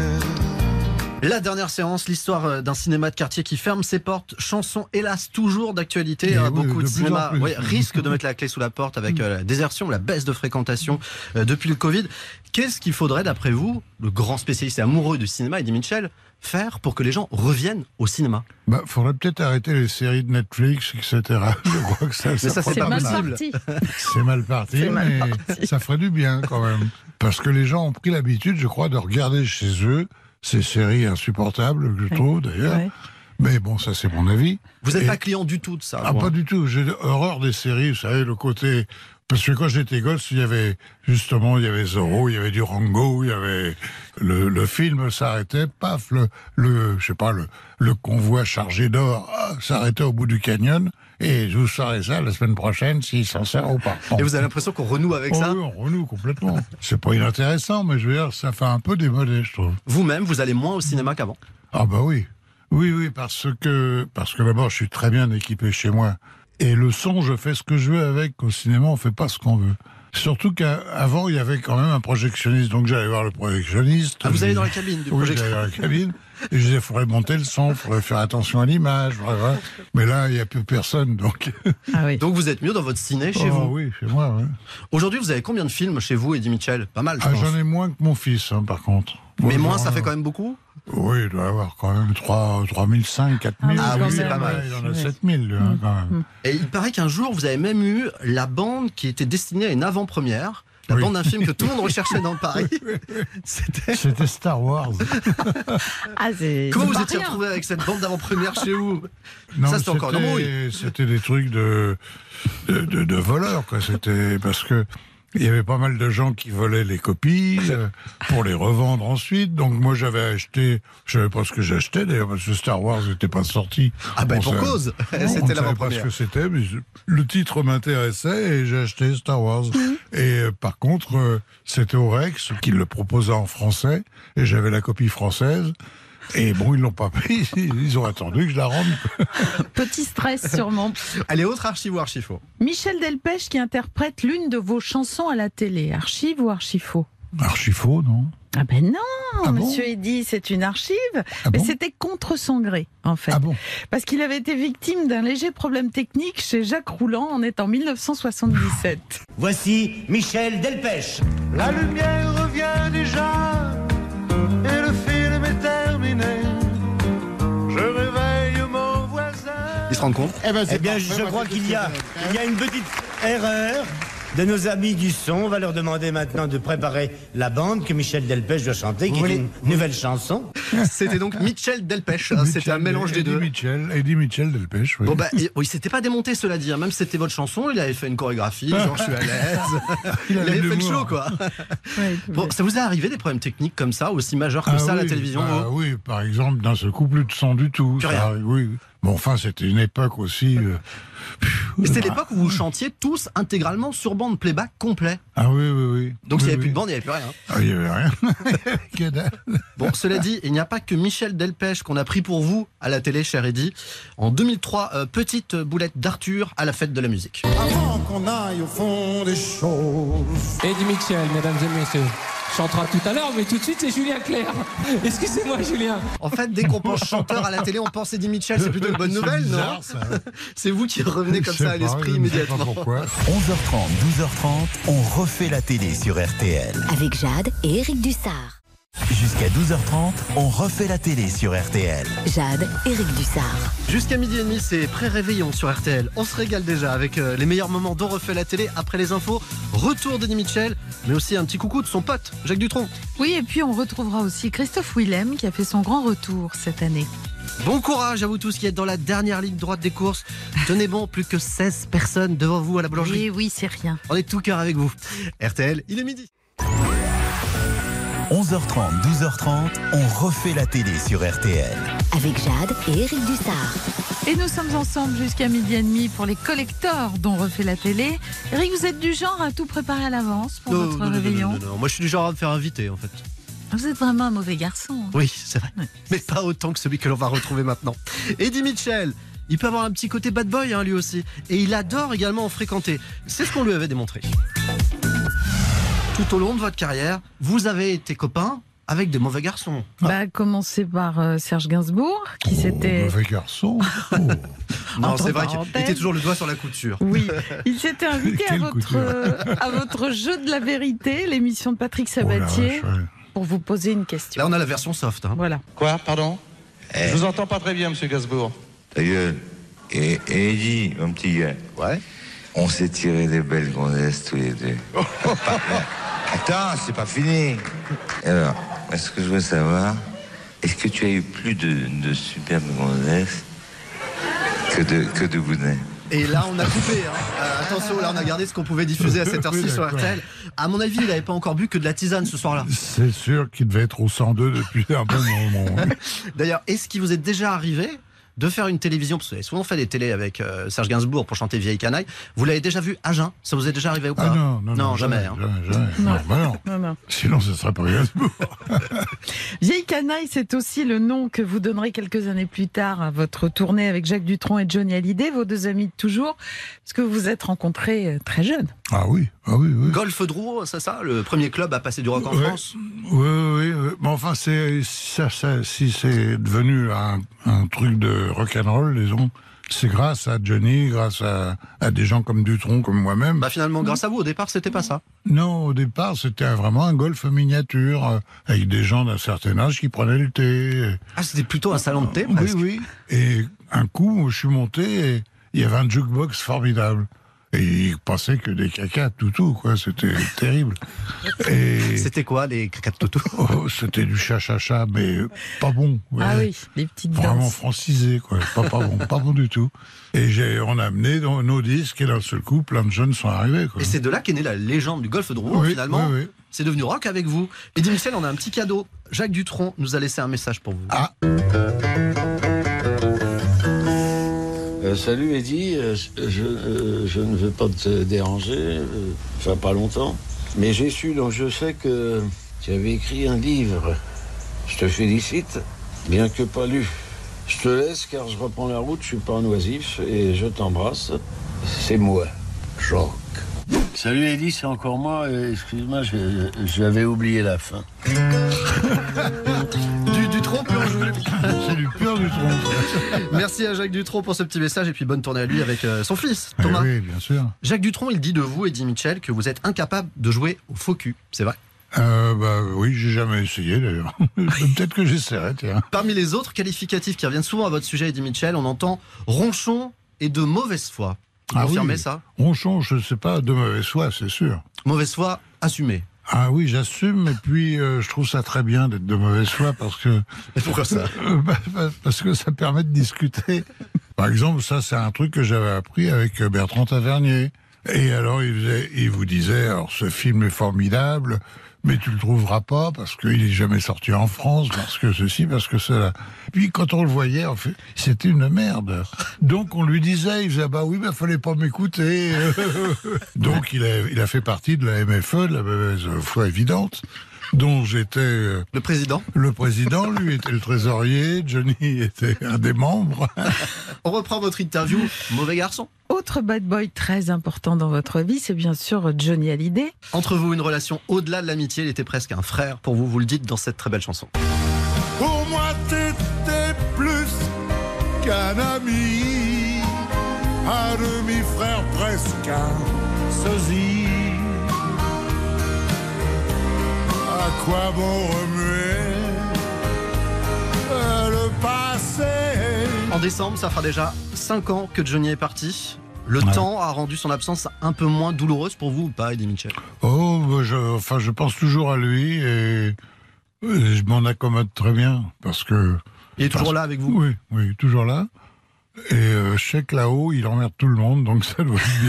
[SPEAKER 3] La dernière séance, l'histoire euh, d'un cinéma de quartier qui ferme ses portes. Chanson, hélas, toujours d'actualité.
[SPEAKER 12] Mais
[SPEAKER 3] Euh,
[SPEAKER 12] oui, de
[SPEAKER 3] Beaucoup de,
[SPEAKER 12] plus en
[SPEAKER 3] cinémas
[SPEAKER 12] plus.
[SPEAKER 3] ouais, risquent de mettre la clé sous la porte
[SPEAKER 14] Mm.
[SPEAKER 3] avec euh, la désertion, la baisse de fréquentation euh, depuis le Covid. Qu'est-ce qu'il faudrait, d'après vous, le grand spécialiste et amoureux du cinéma, Eddie Mitchell, faire pour que les gens reviennent au cinéma
[SPEAKER 14] Bah, faudrait peut-être arrêter les séries de Netflix, etc. Je crois que ça,
[SPEAKER 3] Mais ça, c'est
[SPEAKER 14] prend
[SPEAKER 3] pas
[SPEAKER 14] mal.
[SPEAKER 3] possible.
[SPEAKER 14] C'est mal parti,
[SPEAKER 3] C'est mal
[SPEAKER 14] mais
[SPEAKER 3] parti.
[SPEAKER 14] ça ferait du bien quand même. Parce que les gens ont pris l'habitude, je crois, de regarder chez eux ces séries insupportables, que je trouve d'ailleurs. Mais bon, ça, c'est mon avis.
[SPEAKER 3] Vous n'êtes
[SPEAKER 14] Et-
[SPEAKER 3] pas client du tout de ça
[SPEAKER 14] ah,
[SPEAKER 3] vous,
[SPEAKER 14] pas
[SPEAKER 3] hein.
[SPEAKER 14] du tout. J'ai horreur des séries, vous savez, le côté. Parce que quand j'étais gosse, il y avait justement, il y avait Zorro, il y avait Durango, il y avait le, le film s'arrêtait, paf, le, le je sais pas, le, le convoi chargé d'or ah, s'arrêtait au bout du canyon. Et je vous saurai ça la semaine prochaine s'il s'en sert ou pas.
[SPEAKER 3] Et vous avez l'impression qu'on renoue avec
[SPEAKER 14] Oh
[SPEAKER 3] ça
[SPEAKER 14] oui, on renoue complètement. C'est pas inintéressant, mais je veux dire, ça fait un peu démodé, je trouve.
[SPEAKER 3] Vous-même, vous allez moins au cinéma qu'avant
[SPEAKER 14] Ah bah oui. Oui, oui, parce que, parce que d'abord, je suis très bien équipé chez moi. Et le son, je fais ce que je veux avec. Au cinéma, on fait pas ce qu'on veut. Surtout qu'avant, il y avait quand même un projectionniste. Donc j'allais voir le projectionniste.
[SPEAKER 3] Ah, vous
[SPEAKER 14] Je
[SPEAKER 3] allez
[SPEAKER 14] dis-
[SPEAKER 3] dans la cabine du
[SPEAKER 14] Oui,
[SPEAKER 3] projectionniste.
[SPEAKER 14] j'allais dans la cabine. Et je disais, il faudrait monter le son, il faudrait faire attention à l'image. voilà, voilà. Mais là, il n'y a plus personne. Donc,
[SPEAKER 3] Donc vous êtes mieux dans votre ciné chez
[SPEAKER 14] Oh
[SPEAKER 3] vous
[SPEAKER 14] oui, chez moi, ouais.
[SPEAKER 3] Aujourd'hui, vous avez combien de films chez vous, Eddie Mitchell Pas mal, je
[SPEAKER 14] Ah,
[SPEAKER 3] pense.
[SPEAKER 14] J'en ai moins que mon fils, hein, par contre.
[SPEAKER 3] Mais
[SPEAKER 14] Moi,
[SPEAKER 3] moins,
[SPEAKER 14] j'en-
[SPEAKER 3] ça fait quand même beaucoup
[SPEAKER 14] Oui, il doit y avoir quand même 3, 3005, 4000.
[SPEAKER 3] Ah oui,
[SPEAKER 14] lui,
[SPEAKER 3] c'est pas
[SPEAKER 14] ouais,
[SPEAKER 3] mal. Mm.
[SPEAKER 14] Il en a 7000, lui, hein, quand même.
[SPEAKER 3] Et il paraît qu'un jour, vous avez même eu la bande qui était destinée à une avant-première. La
[SPEAKER 14] Oui.
[SPEAKER 3] bande d'un film que tout le monde recherchait dans Paris.
[SPEAKER 14] C'était Star Wars.
[SPEAKER 4] Ah,
[SPEAKER 3] Comment vous étiez retrouvé avec cette bande d'avant-première chez vous
[SPEAKER 14] Non,
[SPEAKER 3] Ça, c'est encore une
[SPEAKER 14] c'était-
[SPEAKER 3] embrouille.
[SPEAKER 14] C'était des trucs de, de, de- de voleurs, quoi. C'était parce que. Il y avait pas mal de gens qui volaient les copies euh, pour les revendre ensuite. Donc moi j'avais acheté, je savais pas ce que j'achetais d'ailleurs parce que Star Wars n'était pas sorti.
[SPEAKER 3] Ah ben,
[SPEAKER 14] On
[SPEAKER 3] pour
[SPEAKER 14] savait-
[SPEAKER 3] cause.
[SPEAKER 14] on ne
[SPEAKER 3] C'était
[SPEAKER 14] savait pas
[SPEAKER 3] l'avant-première.
[SPEAKER 14] ce que c'était, mais je- le titre m'intéressait et j'ai acheté Star Wars.
[SPEAKER 3] Mhm.
[SPEAKER 14] Et euh, par contre, euh, c'était au Rex qui le proposa en français et j'avais la copie française. Et bon, ils l'ont pas pris, ils ont attendu que je la rende.
[SPEAKER 4] Petit stress sûrement.
[SPEAKER 3] Allez, autre archive ou archifaux
[SPEAKER 4] Michel Delpech qui interprète l'une de vos chansons à la télé, archive ou archifaux
[SPEAKER 14] Archifaux, non
[SPEAKER 4] Ah ben non, monsieur Eddy, c'est une archive,
[SPEAKER 3] Ah
[SPEAKER 4] mais c'était contre son gré, en
[SPEAKER 3] Bah,
[SPEAKER 4] fait.
[SPEAKER 14] Ah
[SPEAKER 4] Parce qu'il avait été victime d'un léger problème technique chez Jacques Rouland, on est en 1977.
[SPEAKER 15] Voici Michel Delpech. La lumière revient déjà et le film est terminé. Je réveille mon voisin.
[SPEAKER 3] Ils se rendent compte
[SPEAKER 15] Eh,
[SPEAKER 3] ben, c'est
[SPEAKER 15] bien,
[SPEAKER 3] parfait,
[SPEAKER 15] je
[SPEAKER 3] moi,
[SPEAKER 15] crois
[SPEAKER 3] c'est
[SPEAKER 15] qu'il
[SPEAKER 3] tout
[SPEAKER 15] y,
[SPEAKER 3] ce
[SPEAKER 15] a-
[SPEAKER 3] que
[SPEAKER 15] il y a une petite erreur de nos amis du son. On va leur demander maintenant de préparer la bande que Michel Delpech doit chanter, qui est une nouvelle chanson.
[SPEAKER 3] C'était donc Michel Delpech. hein, C'était un
[SPEAKER 14] Mitchell,
[SPEAKER 3] mélange des
[SPEAKER 14] Eddie
[SPEAKER 3] deux.
[SPEAKER 14] Mitchell, Eddie Mitchell Delpech, oui.
[SPEAKER 3] Bon, bah, il, il s'était pas démonté, cela dit. hein. Même si c'était votre chanson, il avait fait une chorégraphie, genre je suis à l'aise.
[SPEAKER 14] Il
[SPEAKER 3] Il,
[SPEAKER 14] avait
[SPEAKER 3] avait
[SPEAKER 14] de
[SPEAKER 3] fait le
[SPEAKER 14] l'humour.
[SPEAKER 3] show, quoi. Bon, ça vous est arrivé des problèmes techniques comme ça, aussi majeurs que
[SPEAKER 14] Ah
[SPEAKER 3] ça à la
[SPEAKER 14] oui,
[SPEAKER 3] télévision
[SPEAKER 14] bah
[SPEAKER 3] vous
[SPEAKER 14] oui, par exemple, d'un seul coup, plus de son du tout.
[SPEAKER 3] Plus
[SPEAKER 14] ça
[SPEAKER 3] rien.
[SPEAKER 14] arrive, oui. Bon, enfin, c'était une époque aussi. euh,
[SPEAKER 3] Mais C'était
[SPEAKER 1] Ah.
[SPEAKER 3] l'époque où vous chantiez tous intégralement sur bande playback complet.
[SPEAKER 14] Ah oui, oui, oui.
[SPEAKER 3] Donc il n'y
[SPEAKER 14] Oui,
[SPEAKER 3] avait plus
[SPEAKER 14] oui.
[SPEAKER 3] de bande, il n'y avait plus rien. hein.
[SPEAKER 14] Ah, il n'y avait rien. Que dalle.
[SPEAKER 3] Bon, cela dit, il n'y a pas que Michel Delpech qu'on a pris pour vous à la télé, cher Eddy. En 2003, euh, petite boulette d'Arthur à la fête de la musique.
[SPEAKER 16] Avant qu'on aille au fond des choses. Eddie Mitchell, mesdames et messieurs. Chantera tout à l'heure, mais tout de suite, c'est Julien Clerc. Excusez-moi, Julien.
[SPEAKER 3] En fait, dès qu'on pense chanteur à la télé, on pense Eddie Mitchell. C'est plutôt une bonne
[SPEAKER 16] C'est
[SPEAKER 3] nouvelle, non
[SPEAKER 16] bizarre,
[SPEAKER 14] ça.
[SPEAKER 3] C'est vous qui revenez comme
[SPEAKER 1] Je sais
[SPEAKER 3] ça à
[SPEAKER 1] pas,
[SPEAKER 3] l'esprit
[SPEAKER 1] je ne sais pas
[SPEAKER 3] immédiatement.
[SPEAKER 1] 11h30, 12h30, on refait la télé sur RTL.
[SPEAKER 2] Avec Jade et Eric Dussard.
[SPEAKER 1] Jusqu'à 12h30, on refait la télé sur RTL.
[SPEAKER 2] Jade, Eric Dussard.
[SPEAKER 3] Jusqu'à midi et demi, c'est pré-réveillon sur RTL. On se régale déjà avec euh, les meilleurs moments dont refait la télé après les infos. Retour d'Eddie Mitchell, mais aussi un petit coucou de son pote, Jacques Dutronc.
[SPEAKER 9] Oui, et puis on retrouvera aussi Christophe Willem qui a fait son grand retour cette année.
[SPEAKER 3] Bon courage à vous tous qui êtes dans la dernière ligne droite des courses. Tenez bon, plus que 16 personnes devant vous à la boulangerie.
[SPEAKER 9] Et Eh oui, c'est rien.
[SPEAKER 3] On est tout cœur avec vous. RTL, il est midi.
[SPEAKER 1] 11h30, 12h30, on refait la télé sur RTL.
[SPEAKER 2] Avec Jade et Eric Dussard.
[SPEAKER 9] Et nous sommes ensemble jusqu'à midi et demi pour les collecteurs dont refait la télé. Eric, vous êtes du genre à tout préparer à l'avance pour
[SPEAKER 3] Non,
[SPEAKER 9] votre
[SPEAKER 3] non, non, non,
[SPEAKER 9] réveillon
[SPEAKER 3] non, non, non. Moi, je suis du genre à me faire inviter, en fait.
[SPEAKER 9] Vous êtes vraiment un mauvais garçon. hein.
[SPEAKER 3] Oui, c'est vrai. Mais pas autant que celui que l'on va retrouver maintenant. Eddie Mitchell, il peut avoir un petit côté bad boy, hein, lui aussi. Et il adore également en fréquenter. C'est ce qu'on lui avait démontré. Tout au long de votre carrière, vous avez été copain avec des mauvais garçons.
[SPEAKER 4] Bah, commencer par euh, Serge Gainsbourg, qui
[SPEAKER 3] Oh,
[SPEAKER 4] s'était.
[SPEAKER 14] Mauvais garçon. Oh,
[SPEAKER 3] Non,
[SPEAKER 4] Entre
[SPEAKER 3] c'est vrai qu'il
[SPEAKER 4] parenthèses.
[SPEAKER 3] était toujours le doigt sur la couture.
[SPEAKER 4] Oui, il s'était invité à
[SPEAKER 3] Quelle
[SPEAKER 4] votre,
[SPEAKER 3] couture.
[SPEAKER 4] euh, à votre jeu de la vérité, l'émission de Patrick
[SPEAKER 3] Oh
[SPEAKER 4] Sabatier, pour vous poser une question.
[SPEAKER 3] Là, on a la version soft. hein.
[SPEAKER 4] Voilà.
[SPEAKER 17] Quoi, pardon Je vous entends pas très bien, monsieur Gasbourg.
[SPEAKER 18] Ta gueule. euh, Et et Eddie, mon petit gars. Ouais. On s'est tiré des belles gonzesses tous les deux.
[SPEAKER 19] Oh.
[SPEAKER 18] Attends, c'est pas fini. Alors, est-ce que je veux savoir, est-ce que tu as eu plus de, de superbes gonzesses que de, que de boudins
[SPEAKER 3] Et là, on a coupé. hein. Euh, attention, là, on a gardé ce qu'on pouvait diffuser à cette heure-ci
[SPEAKER 14] Oui,
[SPEAKER 3] sur
[SPEAKER 14] d'accord.
[SPEAKER 3] RTL. À mon avis, il n'avait pas encore bu que de la tisane ce soir-là.
[SPEAKER 14] C'est sûr qu'il devait être au 102 depuis un bon moment.
[SPEAKER 3] D'ailleurs, est-ce qu'il vous est déjà arrivé de faire une télévision Parce que vous avez souvent fait des télés avec euh, Serge Gainsbourg pour chanter Vieille Canaille. Vous l'avez déjà vu à jeun Ça vous est déjà arrivé ou pas
[SPEAKER 14] Ah non, non, non,
[SPEAKER 3] jamais.
[SPEAKER 14] jamais,
[SPEAKER 3] hein.
[SPEAKER 14] jamais, jamais. Non, bah non.
[SPEAKER 4] Non, non.
[SPEAKER 14] Sinon, ce serait pas Gainsbourg.
[SPEAKER 4] Vieille canaille, c'est aussi le nom que vous donnerez quelques années plus tard à votre tournée avec Jacques Dutronc et Johnny Hallyday, vos deux amis de toujours, parce que vous vous êtes rencontrés euh, très jeunes.
[SPEAKER 14] Ah oui, ah oui, oui.
[SPEAKER 3] Golf Drouot, c'est ça Le premier club à passer du rock en
[SPEAKER 14] Ouais.
[SPEAKER 3] France
[SPEAKER 14] Oui, oui, oui. Mais enfin, c'est, ça, ça- si c'est devenu un, un truc de rock'n'roll, disons, c'est grâce à Johnny, grâce à, à des gens comme Dutron, comme moi-même.
[SPEAKER 3] Bah finalement, grâce à vous, au départ, c'était pas ça.
[SPEAKER 14] Non, au départ, c'était vraiment un golf miniature, euh, avec des gens d'un certain âge qui prenaient le thé.
[SPEAKER 3] Ah, c'était plutôt un salon de thé,
[SPEAKER 14] Oui, oui. Et un coup, je suis monté et il y avait un jukebox formidable. Et il passait que des caca toutou, quoi. C'était terrible. oh,
[SPEAKER 3] C'était quoi, les caca toutou
[SPEAKER 14] C'était du cha-cha-cha, mais pas bon. vous
[SPEAKER 4] Ah
[SPEAKER 14] voyez.
[SPEAKER 4] oui, les petites
[SPEAKER 14] Vraiment
[SPEAKER 4] danses.
[SPEAKER 14] francisé, quoi. Pas, pas bon, pas bon du tout. Et j'ai, on a amené dans nos disques et d'un seul coup, plein de jeunes sont arrivés, quoi.
[SPEAKER 3] Et c'est de là qu'est née la légende du golf de Rouen,
[SPEAKER 14] Oui,
[SPEAKER 3] finalement.
[SPEAKER 14] oui, oui.
[SPEAKER 3] C'est devenu rock avec vous. Et Michel, on a un petit cadeau. Jacques Dutronc nous a laissé un message pour vous.
[SPEAKER 14] Ah
[SPEAKER 19] Euh, salut Eddie, Euh, je, je- euh, je ne veux pas te déranger, euh, enfin pas longtemps, mais j'ai su, donc je sais que tu avais écrit un livre. Je te félicite, bien que pas lu. Je te laisse car je reprends la route, je suis pas un oisif et je t'embrasse. C'est moi, Jacques. Salut Eddie, c'est encore moi, Euh, excuse-moi, je- j'avais oublié la fin.
[SPEAKER 3] Du, du trop pur jus.
[SPEAKER 14] C'est du pur du
[SPEAKER 3] Merci à Jacques Dutronc pour ce petit message et puis bonne tournée à lui avec euh, son fils,
[SPEAKER 14] Eh
[SPEAKER 3] Thomas.
[SPEAKER 14] oui, bien sûr.
[SPEAKER 3] Jacques Dutronc, il dit de vous, Eddie Mitchell, que vous êtes incapable de jouer au faux cul. C'est vrai
[SPEAKER 14] Euh, bah oui, j'ai jamais essayé, d'ailleurs. Peut-être que j'essaierai, tiens.
[SPEAKER 3] Parmi les autres qualificatifs qui reviennent souvent à votre sujet, Eddie Mitchell, on entend ronchon et de mauvaise foi. Vous confirmez ça
[SPEAKER 14] Ronchon, je ne sais pas, de mauvaise foi, c'est sûr.
[SPEAKER 3] Mauvaise foi assumée.
[SPEAKER 14] Ah oui, j'assume, et puis euh, je trouve ça très bien d'être de mauvaise foi parce que.
[SPEAKER 3] pourquoi ça
[SPEAKER 14] Euh, bah, bah, Parce que ça permet de discuter. Par exemple, ça, c'est un truc que j'avais appris avec euh, Bertrand Tavernier. Et alors, il, faisait- il vous disait alors, ce film est formidable, mais tu le trouveras pas parce qu'il est jamais sorti en France, parce que ceci, parce que cela. Puis, quand on le voyait, on fait, c'était une merde. Donc, on lui disait il disait, bah oui, bah fallait pas m'écouter. Donc, il a, il a fait partie de la MFE, de la mauvaise foi évidente dont j'étais... euh,
[SPEAKER 3] Le président
[SPEAKER 14] Le président, lui, était le trésorier, Johnny était un des membres.
[SPEAKER 3] On reprend votre interview, mauvais garçon.
[SPEAKER 4] Autre bad boy très important dans votre vie, c'est bien sûr euh, Johnny Hallyday.
[SPEAKER 3] Entre vous, une relation au-delà de l'amitié, il était presque un frère pour vous, vous le dites dans cette très belle chanson.
[SPEAKER 20] Pour moi, t'étais plus qu'un ami, un demi-frère presque un sosie. À quoi bon remuer euh, le passé?
[SPEAKER 3] En décembre, ça fera déjà 5 ans que Johnny est parti. Le temps a rendu son absence un peu moins douloureuse pour vous ou pas, Eddie Mitchell
[SPEAKER 14] Oh, bah, je, enfin, je pense toujours à lui et, et je m'en accommode très bien parce que.
[SPEAKER 3] Il est toujours
[SPEAKER 14] parce-
[SPEAKER 3] là avec vous
[SPEAKER 14] Oui, oui, toujours là. Et euh, je sais que là-haut, il emmerde tout le monde, donc ça doit être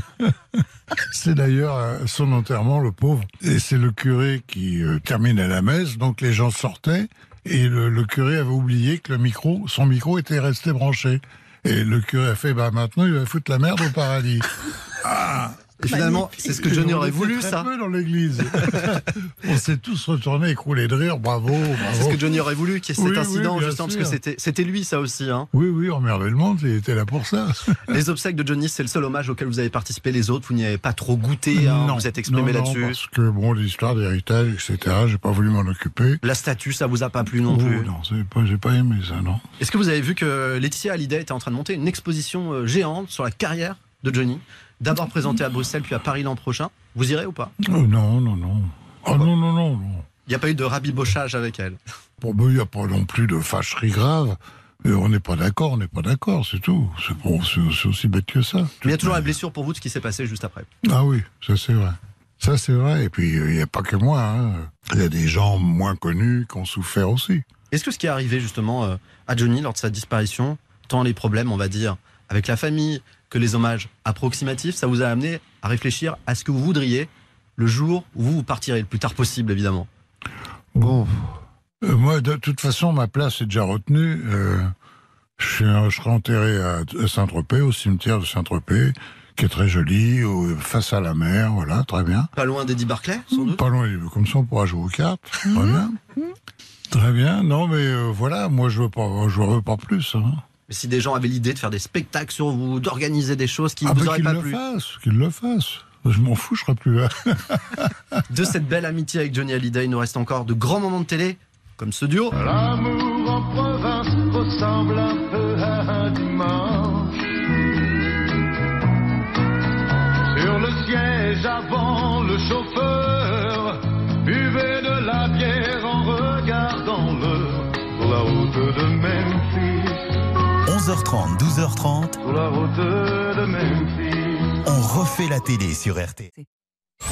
[SPEAKER 14] bien. c'est d'ailleurs euh, son enterrement, le pauvre. Et c'est le curé qui euh, termine à la messe, donc les gens sortaient et le, le curé avait oublié que le micro, son micro était resté branché. Et le curé a fait, bah maintenant, il va foutre la merde au paradis. Ah
[SPEAKER 3] Et finalement, c'est ce que Johnny aurait voulu,
[SPEAKER 14] très
[SPEAKER 3] ça.
[SPEAKER 14] peu dans l'église. On s'est tous retournés écroulés de rire, bravo, bravo.
[SPEAKER 3] C'est ce que Johnny aurait voulu, qu'il y ait cet
[SPEAKER 14] Oh. Oui, oui,
[SPEAKER 3] incident,
[SPEAKER 14] bien
[SPEAKER 3] justement, parce
[SPEAKER 14] sûr.
[SPEAKER 3] que c'était- c'était lui, ça aussi. Hein.
[SPEAKER 14] Oui, oui, emmerder le monde, il était là pour ça.
[SPEAKER 3] Les obsèques de Johnny, c'est le seul hommage auquel vous avez participé. Les autres, vous n'y avez pas trop goûté. hein, vous êtes exprimé
[SPEAKER 14] non, non,
[SPEAKER 3] là-dessus.
[SPEAKER 14] Parce que bon, l'histoire d'héritage, etc., j'ai pas voulu m'en occuper.
[SPEAKER 3] La statue, ça vous a pas plu non plus.
[SPEAKER 14] Oh, Non, c'est pas- j'ai pas aimé ça, non.
[SPEAKER 3] Est-ce que vous avez vu que Laetitia Hallyday était en train de monter une exposition euh, géante sur la carrière de Johnny D'abord présentée à Bruxelles, puis à Paris l'an prochain. Vous irez ou pas
[SPEAKER 14] Oh, non, non, non. Oh non, non, non, non.
[SPEAKER 3] Il n'y a pas eu de rabibochage avec elle.
[SPEAKER 14] Bon, ben, il n'y a pas non plus de fâcherie grave. Mais on n'est pas d'accord, on n'est pas d'accord, c'est tout. C'est bon, c'est c'est aussi bête que ça.
[SPEAKER 3] Mais il y a toujours la blessure pour vous de ce qui s'est passé juste après.
[SPEAKER 14] Ah oui, ça c'est vrai. Ça c'est vrai. Et puis, euh, il n'y a pas que moi. hein. Il y a des gens moins connus qui ont souffert aussi.
[SPEAKER 3] Est-ce que ce qui est arrivé justement euh, à Johnny lors de sa disparition, tant les problèmes, on va dire, avec la famille que les hommages approximatifs, ça vous a amené à réfléchir à ce que vous voudriez le jour où vous partirez, le plus tard possible évidemment
[SPEAKER 14] Bon. Euh, moi, de toute façon, ma place est déjà retenue. Euh, je, suis- je serai enterré à à Saint-Tropez, au cimetière de Saint-Tropez, qui est très joli, au- face à la mer, voilà, très bien.
[SPEAKER 3] Pas loin d'Eddie Barclay
[SPEAKER 14] Pas loin, comme ça on pourra jouer aux cartes.
[SPEAKER 3] Mhm.
[SPEAKER 14] Très bien. Très bien, non mais euh, voilà, moi je veux pas, je veux pas plus. Hein.
[SPEAKER 3] Mais si des gens avaient l'idée de faire des spectacles sur vous, d'organiser des choses qui ne
[SPEAKER 14] Ah,
[SPEAKER 3] vous
[SPEAKER 14] bah,
[SPEAKER 3] auraient
[SPEAKER 14] qu'il
[SPEAKER 3] pas
[SPEAKER 14] le
[SPEAKER 3] plu
[SPEAKER 14] fasse, qu'il le fasse. Je m'en fous, je serai plus là.
[SPEAKER 3] de cette belle amitié avec Johnny Hallyday, il nous reste encore de grands moments de télé, comme ce duo.
[SPEAKER 20] L'amour en province ressemble un peu à un dimanche. Sur le siège avant le chauffeur, buvez de la bière en regardant le la route de Memphis.
[SPEAKER 1] 11h30, 12h30,
[SPEAKER 20] Sur la route de Memphis.
[SPEAKER 1] on refait la télé sur RTL.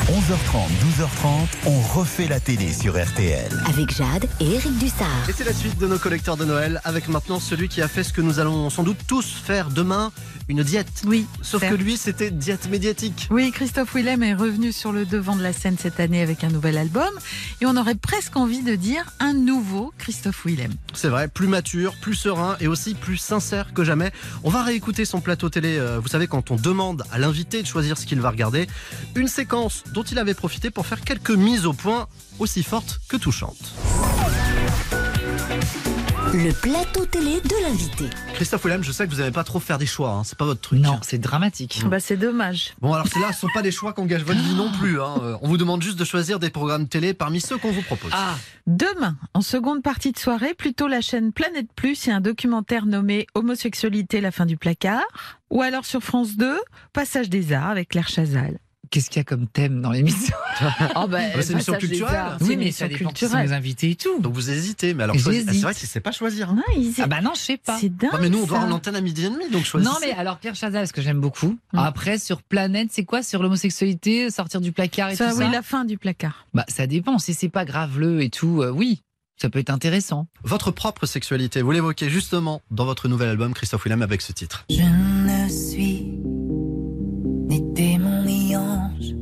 [SPEAKER 1] 11h30, 12h30, on refait la télé sur RTL.
[SPEAKER 2] Avec Jade et Eric Dussard.
[SPEAKER 3] Et c'est la suite de nos collecteurs de Noël, avec maintenant celui qui a fait ce que nous allons sans doute tous faire demain, une diète.
[SPEAKER 9] Oui.
[SPEAKER 3] Sauf
[SPEAKER 9] faire.
[SPEAKER 3] que lui, c'était diète médiatique.
[SPEAKER 9] Oui, Christophe Willem est revenu sur le devant de la scène cette année avec un nouvel album et on aurait presque envie de dire un nouveau Christophe Willem.
[SPEAKER 3] C'est vrai, plus mature, plus serein et aussi plus sincère que jamais. On va réécouter son plateau télé. euh, Vous savez, quand on demande à l'invité de choisir ce qu'il va regarder, une séquence dont il avait profité pour faire quelques mises au point aussi fortes que touchantes.
[SPEAKER 2] Le plateau télé de l'invité.
[SPEAKER 3] Christophe Willem, je sais que vous n'aimez pas trop faire des choix, hein, c'est pas votre truc.
[SPEAKER 9] Non,
[SPEAKER 3] c'est dramatique.
[SPEAKER 9] Bah, c'est dommage.
[SPEAKER 3] Bon, alors ceux-là ne sont pas des choix qu'engage votre vie non
[SPEAKER 21] Ah.
[SPEAKER 3] plus. hein. Euh, On vous demande juste de choisir des programmes télé parmi ceux qu'on vous propose.
[SPEAKER 21] Ah.
[SPEAKER 9] Demain, en seconde partie de soirée, plutôt la chaîne Planète Plus et un documentaire nommé Homosexualité, la fin du placard. Ou alors sur France 2, Passage des Arts avec Claire Chazal.
[SPEAKER 21] Qu'est-ce qu'il y a comme thème dans l'émission
[SPEAKER 9] Oh, bah,
[SPEAKER 3] Ah, mais c'est une émission
[SPEAKER 9] Passage des
[SPEAKER 3] culturelle.
[SPEAKER 9] Arts, c'est une émission culturelle.
[SPEAKER 3] invités et tout. Donc vous hésitez, mais alors
[SPEAKER 21] J'hésite.
[SPEAKER 3] choisissez- ah, c'est vrai qu'il ne sait pas choisir. hein.
[SPEAKER 21] Ah bah non, je sais pas.
[SPEAKER 9] C'est dingue.
[SPEAKER 3] Non, mais nous, on doit en antenne à midi et demi, donc choisissez.
[SPEAKER 21] Non mais alors Pierre Chazal, ce que j'aime beaucoup. Après sur Planète, c'est quoi sur l'homosexualité, sortir du placard et
[SPEAKER 9] Ça,
[SPEAKER 21] tout
[SPEAKER 9] oui,
[SPEAKER 21] ça
[SPEAKER 9] la fin du placard.
[SPEAKER 21] Bah ça dépend. Si c'est pas graveleux et tout, euh, oui, ça peut être intéressant.
[SPEAKER 3] Votre propre sexualité, vous l'évoquez justement dans votre nouvel album Christophe Willem avec ce titre.
[SPEAKER 22] Je ne suis ni démon ni ange,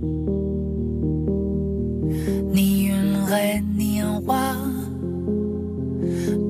[SPEAKER 22] ni une reine ni un roi.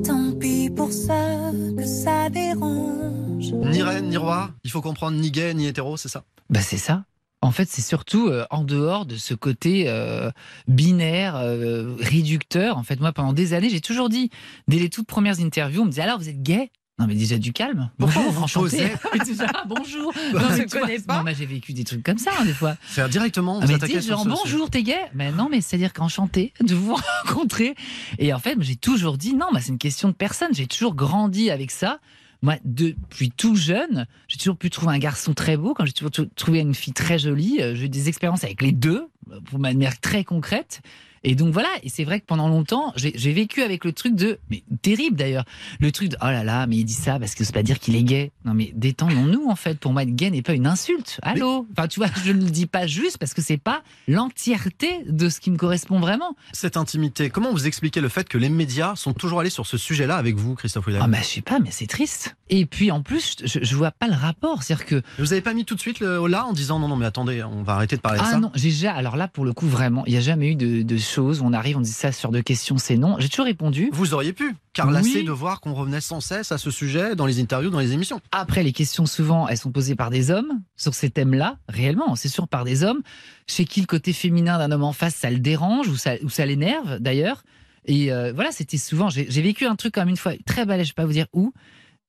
[SPEAKER 22] Tant pis pour ceux que ça dérange.
[SPEAKER 21] Oh.
[SPEAKER 3] Ni reine, ni roi, il faut comprendre ni gay, ni hétéro, c'est ça
[SPEAKER 21] Bah c'est ça. En fait, c'est surtout euh, en dehors de ce côté euh, binaire, euh, réducteur. En fait, moi, pendant des années, j'ai toujours dit, dès les toutes premières interviews, on me disait alors, vous êtes gay Non, mais déjà du calme.
[SPEAKER 3] Pourquoi
[SPEAKER 21] Bonjour,
[SPEAKER 3] vous
[SPEAKER 21] enchanté.
[SPEAKER 3] posez
[SPEAKER 21] Déjà, bonjour.
[SPEAKER 3] Bah,
[SPEAKER 21] Non,
[SPEAKER 3] tu
[SPEAKER 21] mais tu
[SPEAKER 3] connais
[SPEAKER 21] vois, non, mais j'ai vécu des trucs comme ça, hein, des fois.
[SPEAKER 3] C'est directement,
[SPEAKER 21] Ah,
[SPEAKER 3] vous
[SPEAKER 21] mais
[SPEAKER 3] attaquez
[SPEAKER 21] dis
[SPEAKER 3] sur
[SPEAKER 21] genre
[SPEAKER 3] ce-
[SPEAKER 21] bonjour, t'es gay Mais non, mais c'est-à-dire qu'enchanté de vous rencontrer. Et en fait, j'ai toujours dit non, bah, c'est une question de personne. J'ai toujours grandi avec ça. Moi, depuis tout jeune, j'ai toujours pu trouver un garçon très beau. Quand j'ai toujours tou- trouvé une fille très jolie, euh, j'ai eu des expériences avec les deux, euh, pour ma manière très concrète. Et donc voilà, et c'est vrai que pendant longtemps, j'ai j'ai vécu avec le truc de, mais terrible d'ailleurs, le truc de, oh là là, mais il dit ça parce que c'est pas dire qu'il est gay. Non mais détendons-nous en fait, pour moi être gay n'est pas une insulte. Allô Enfin tu vois, je ne le dis pas juste parce que c'est pas l'entièreté de ce qui me correspond vraiment.
[SPEAKER 3] Cette intimité, comment vous expliquez le fait que les médias sont toujours allés sur ce sujet-là avec vous, Christophe Willem
[SPEAKER 21] Ah bah je sais pas, mais c'est triste. Et puis en plus, je, je vois pas le rapport, c'est-à-dire que
[SPEAKER 3] Vous avez pas mis tout de suite le là en disant non, non, mais attendez, on va arrêter de parler de
[SPEAKER 21] Ah
[SPEAKER 3] ça
[SPEAKER 21] non, j'ai déjà. Alors là, pour le coup, vraiment, il n'y a jamais eu de, de choses. On arrive, on dit ça sur deux questions, c'est non. J'ai toujours répondu.
[SPEAKER 3] Vous auriez pu, car
[SPEAKER 21] Oui.
[SPEAKER 3] lassé de voir qu'on revenait sans cesse à ce sujet dans les interviews, dans les émissions.
[SPEAKER 21] Après, les questions souvent, elles sont posées par des hommes sur ces thèmes-là, réellement, c'est sûr par des hommes. Chez qui le côté féminin d'un homme en face, ça le dérange ou ça, ou ça l'énerve d'ailleurs. Et euh, voilà, c'était souvent. J'ai j'ai vécu un truc comme une fois très balèze, je ne vais pas vous dire où,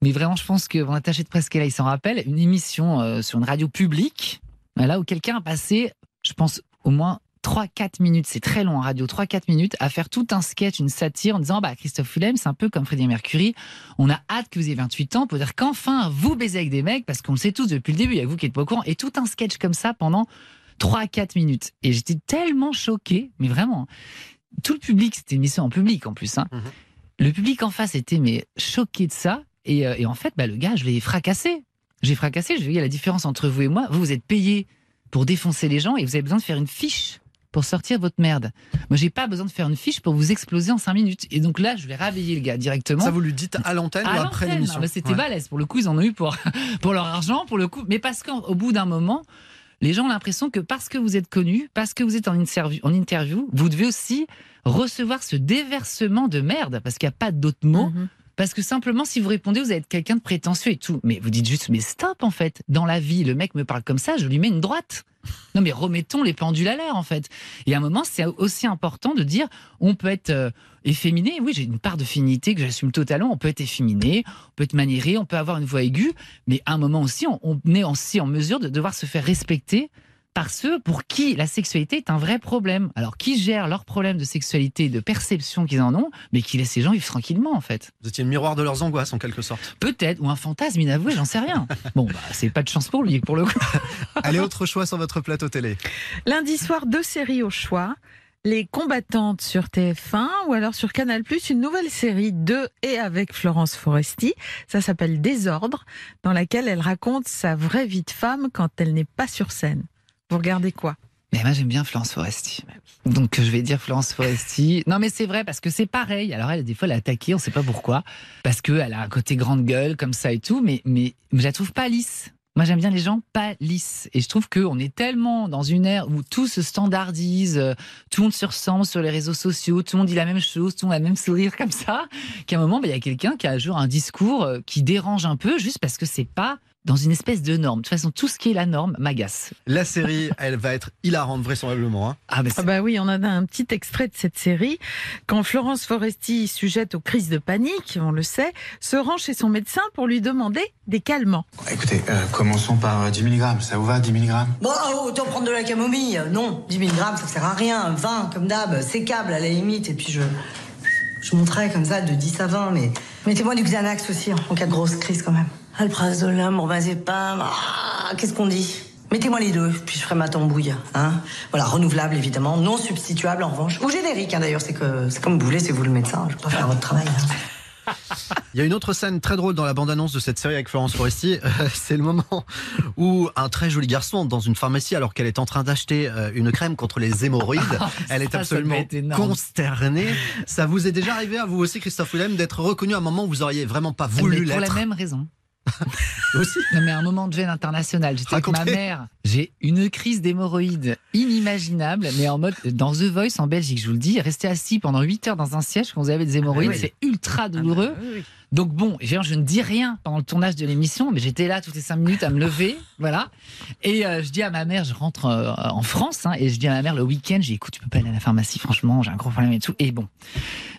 [SPEAKER 21] mais vraiment, je pense que mon attaché de presse qui est là, il s'en rappelle, une émission euh, sur une radio publique, voilà, où quelqu'un a passé, je pense, au moins 3-4 minutes, c'est très long en radio, 3-4 minutes, à faire tout un sketch, une satire en disant bah, Christophe Willem, c'est un peu comme Freddie Mercury, on a hâte que vous ayez 28 ans pour dire qu'enfin vous baisez avec des mecs, parce qu'on le sait tous depuis le début, il y a que vous qui êtes pas au courant, et tout un sketch comme ça pendant 3-4 minutes. Et j'étais tellement choqué, mais vraiment, hein. tout le public, c'était une émission en public en plus, hein. le public en face était mais choqué de ça, et, euh, et en fait, bah, le gars, je l'ai fracassé. J'ai fracassé, je lui ai dit la différence entre vous et moi, vous, vous êtes payé pour défoncer les gens et vous avez besoin de faire une fiche pour sortir votre merde. Moi, j'ai pas besoin de faire une fiche pour vous exploser en 5 minutes. Et donc là, je vais réveiller le gars directement.
[SPEAKER 3] Ça, vous lui dites à l'antenne
[SPEAKER 21] À
[SPEAKER 3] ou après
[SPEAKER 21] l'antenne,
[SPEAKER 3] l'émission
[SPEAKER 21] bah, C'était
[SPEAKER 3] Ouais.
[SPEAKER 21] balèze. Pour le coup, ils en ont eu pour, pour leur argent, pour le coup. Mais parce qu'au bout d'un moment, les gens ont l'impression que parce que vous êtes connu, parce que vous êtes en interview, en interview vous devez aussi recevoir ce déversement de merde, parce qu'il n'y a pas d'autre mot. Parce que simplement, si vous répondez, vous allez être quelqu'un de prétentieux et tout. Mais vous dites juste, mais stop, en fait. Dans la vie, le mec me parle comme ça, je lui mets une droite. Non, mais remettons les pendules à l'heure, en fait. Et à un moment, c'est aussi important de dire, on peut être euh, efféminé. Oui, j'ai une part de féminité que j'assume totalement. On peut être efféminé, on peut être maniéré, on peut avoir une voix aiguë. Mais à un moment aussi, on, on est aussi en mesure de devoir se faire respecter par ceux pour qui la sexualité est un vrai problème. Alors, qui gère leurs problèmes de sexualité, de perception qu'ils en ont, mais qui laisse ces gens vivre tranquillement, en fait.
[SPEAKER 3] Vous étiez le miroir de leurs angoisses en quelque sorte.
[SPEAKER 21] Peut-être, ou un fantasme inavoué, j'en sais rien. Bon, bah, c'est pas de chance pour lui, pour le coup.
[SPEAKER 3] Allez, autre choix sur votre plateau télé.
[SPEAKER 4] Lundi soir, deux séries au choix. Les combattantes sur TF1 ou alors sur Canal+, une nouvelle série de et avec Florence Foresti. Ça s'appelle Désordre, dans laquelle elle raconte sa vraie vie de femme quand elle n'est pas sur scène. Vous regardez quoi
[SPEAKER 21] Mais moi, j'aime bien Florence Foresti. Donc, je vais dire Florence Foresti. Non, mais c'est vrai, parce que c'est pareil. Alors, elle, des fois, elle a attaqué, on sait pas pourquoi. Parce qu'elle a un côté grande gueule, comme ça et tout, mais, mais, mais je la trouve pas lisse. Moi, j'aime bien les gens pas lisses. Et je trouve qu'on est tellement dans une ère où tout se standardise, euh, tout le monde se ressemble sur les réseaux sociaux, tout le monde dit la même chose, tout le monde a le même sourire comme ça, qu'à un moment, ben, il y a quelqu'un qui a un jour un discours euh, qui dérange un peu juste parce que c'est pas dans une espèce de norme. De toute façon, tout ce qui est la norme m'agace.
[SPEAKER 3] La série, elle va être hilarante vraisemblablement. hein.
[SPEAKER 21] Ah,
[SPEAKER 4] bah oui, on en a un petit extrait de cette série. Quand Florence Foresti, sujette aux crises de panique, on le sait, se rend chez son médecin pour lui demander des calmants.
[SPEAKER 23] Écoutez, euh, commençons par euh, 10 mg. Ça vous va, 10 mg
[SPEAKER 7] Bon, ah, autant prendre de la camomille. euh, Non, 10 000 grammes, ça sert à rien. 20, comme d'hab, c'est câble à la limite. Et puis je. Je monterai comme ça de 10 à 20, mais. Mettez-moi du Xanax aussi, hein, en cas de grosse crise quand même. Alprazolam, Morbazepam. Ah, Qu'est-ce qu'on dit Mettez-moi les deux, puis je ferai ma tambouille. Hein voilà, renouvelable évidemment, non substituable en revanche. Ou générique, hein, d'ailleurs, c'est que c'est comme vous voulez, c'est vous le médecin. Je peux pas faire votre travail. hein.
[SPEAKER 3] Il y a une autre scène très drôle dans la bande-annonce de cette série avec Florence Foresti. Euh, C'est le moment où un très joli garçon entre dans une pharmacie alors qu'elle est en train d'acheter euh, une crème contre les hémorroïdes. Elle est
[SPEAKER 21] ça doit
[SPEAKER 3] absolument
[SPEAKER 21] être énorme.
[SPEAKER 3] consternée. Ça vous est déjà arrivé à vous aussi, Christophe Willem, d'être reconnu à un moment où vous auriez vraiment pas voulu
[SPEAKER 21] Mais pour la
[SPEAKER 3] l'être
[SPEAKER 21] même raison. Non, mais à un moment de gêne internationale, j'étais avec ma
[SPEAKER 3] Racontez.
[SPEAKER 21] mère, j'ai une crise d'hémorroïdes inimaginable, mais en mode dans The Voice en Belgique, je vous le dis, rester assis pendant 8 heures dans un siège quand vous avez des hémorroïdes,
[SPEAKER 16] Ah, oui.
[SPEAKER 21] c'est ultra douloureux. Donc bon, je je ne dis rien pendant le tournage de l'émission, mais j'étais là toutes les 5 minutes à me lever, voilà. Et euh, je dis à ma mère, je rentre euh, en France, hein, et je dis à ma mère le week-end, j'ai dit, écoute, tu peux pas aller à la pharmacie, franchement, j'ai un gros problème et tout. Et bon,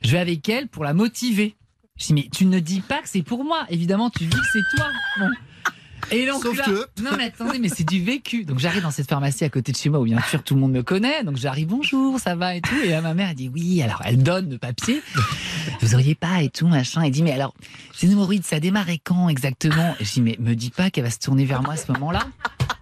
[SPEAKER 21] je vais avec elle pour la motiver. Je dis, mais tu ne dis pas que c'est pour moi, évidemment, tu dis que c'est toi. Bon. Et donc
[SPEAKER 16] Sauf
[SPEAKER 21] là-
[SPEAKER 16] que-
[SPEAKER 21] Non mais attendez, mais c'est du vécu. Donc j'arrive dans cette pharmacie à côté de chez moi où bien sûr tout le monde me connaît. Donc j'arrive, bonjour, ça va et tout. Et là ma mère elle dit oui. Alors elle donne le papier. Vous auriez pas et tout machin. Elle dit mais alors ces hémorroïdes ça démarrait quand exactement Et je dis mais me dis pas qu'elle va se tourner vers moi à ce moment-là.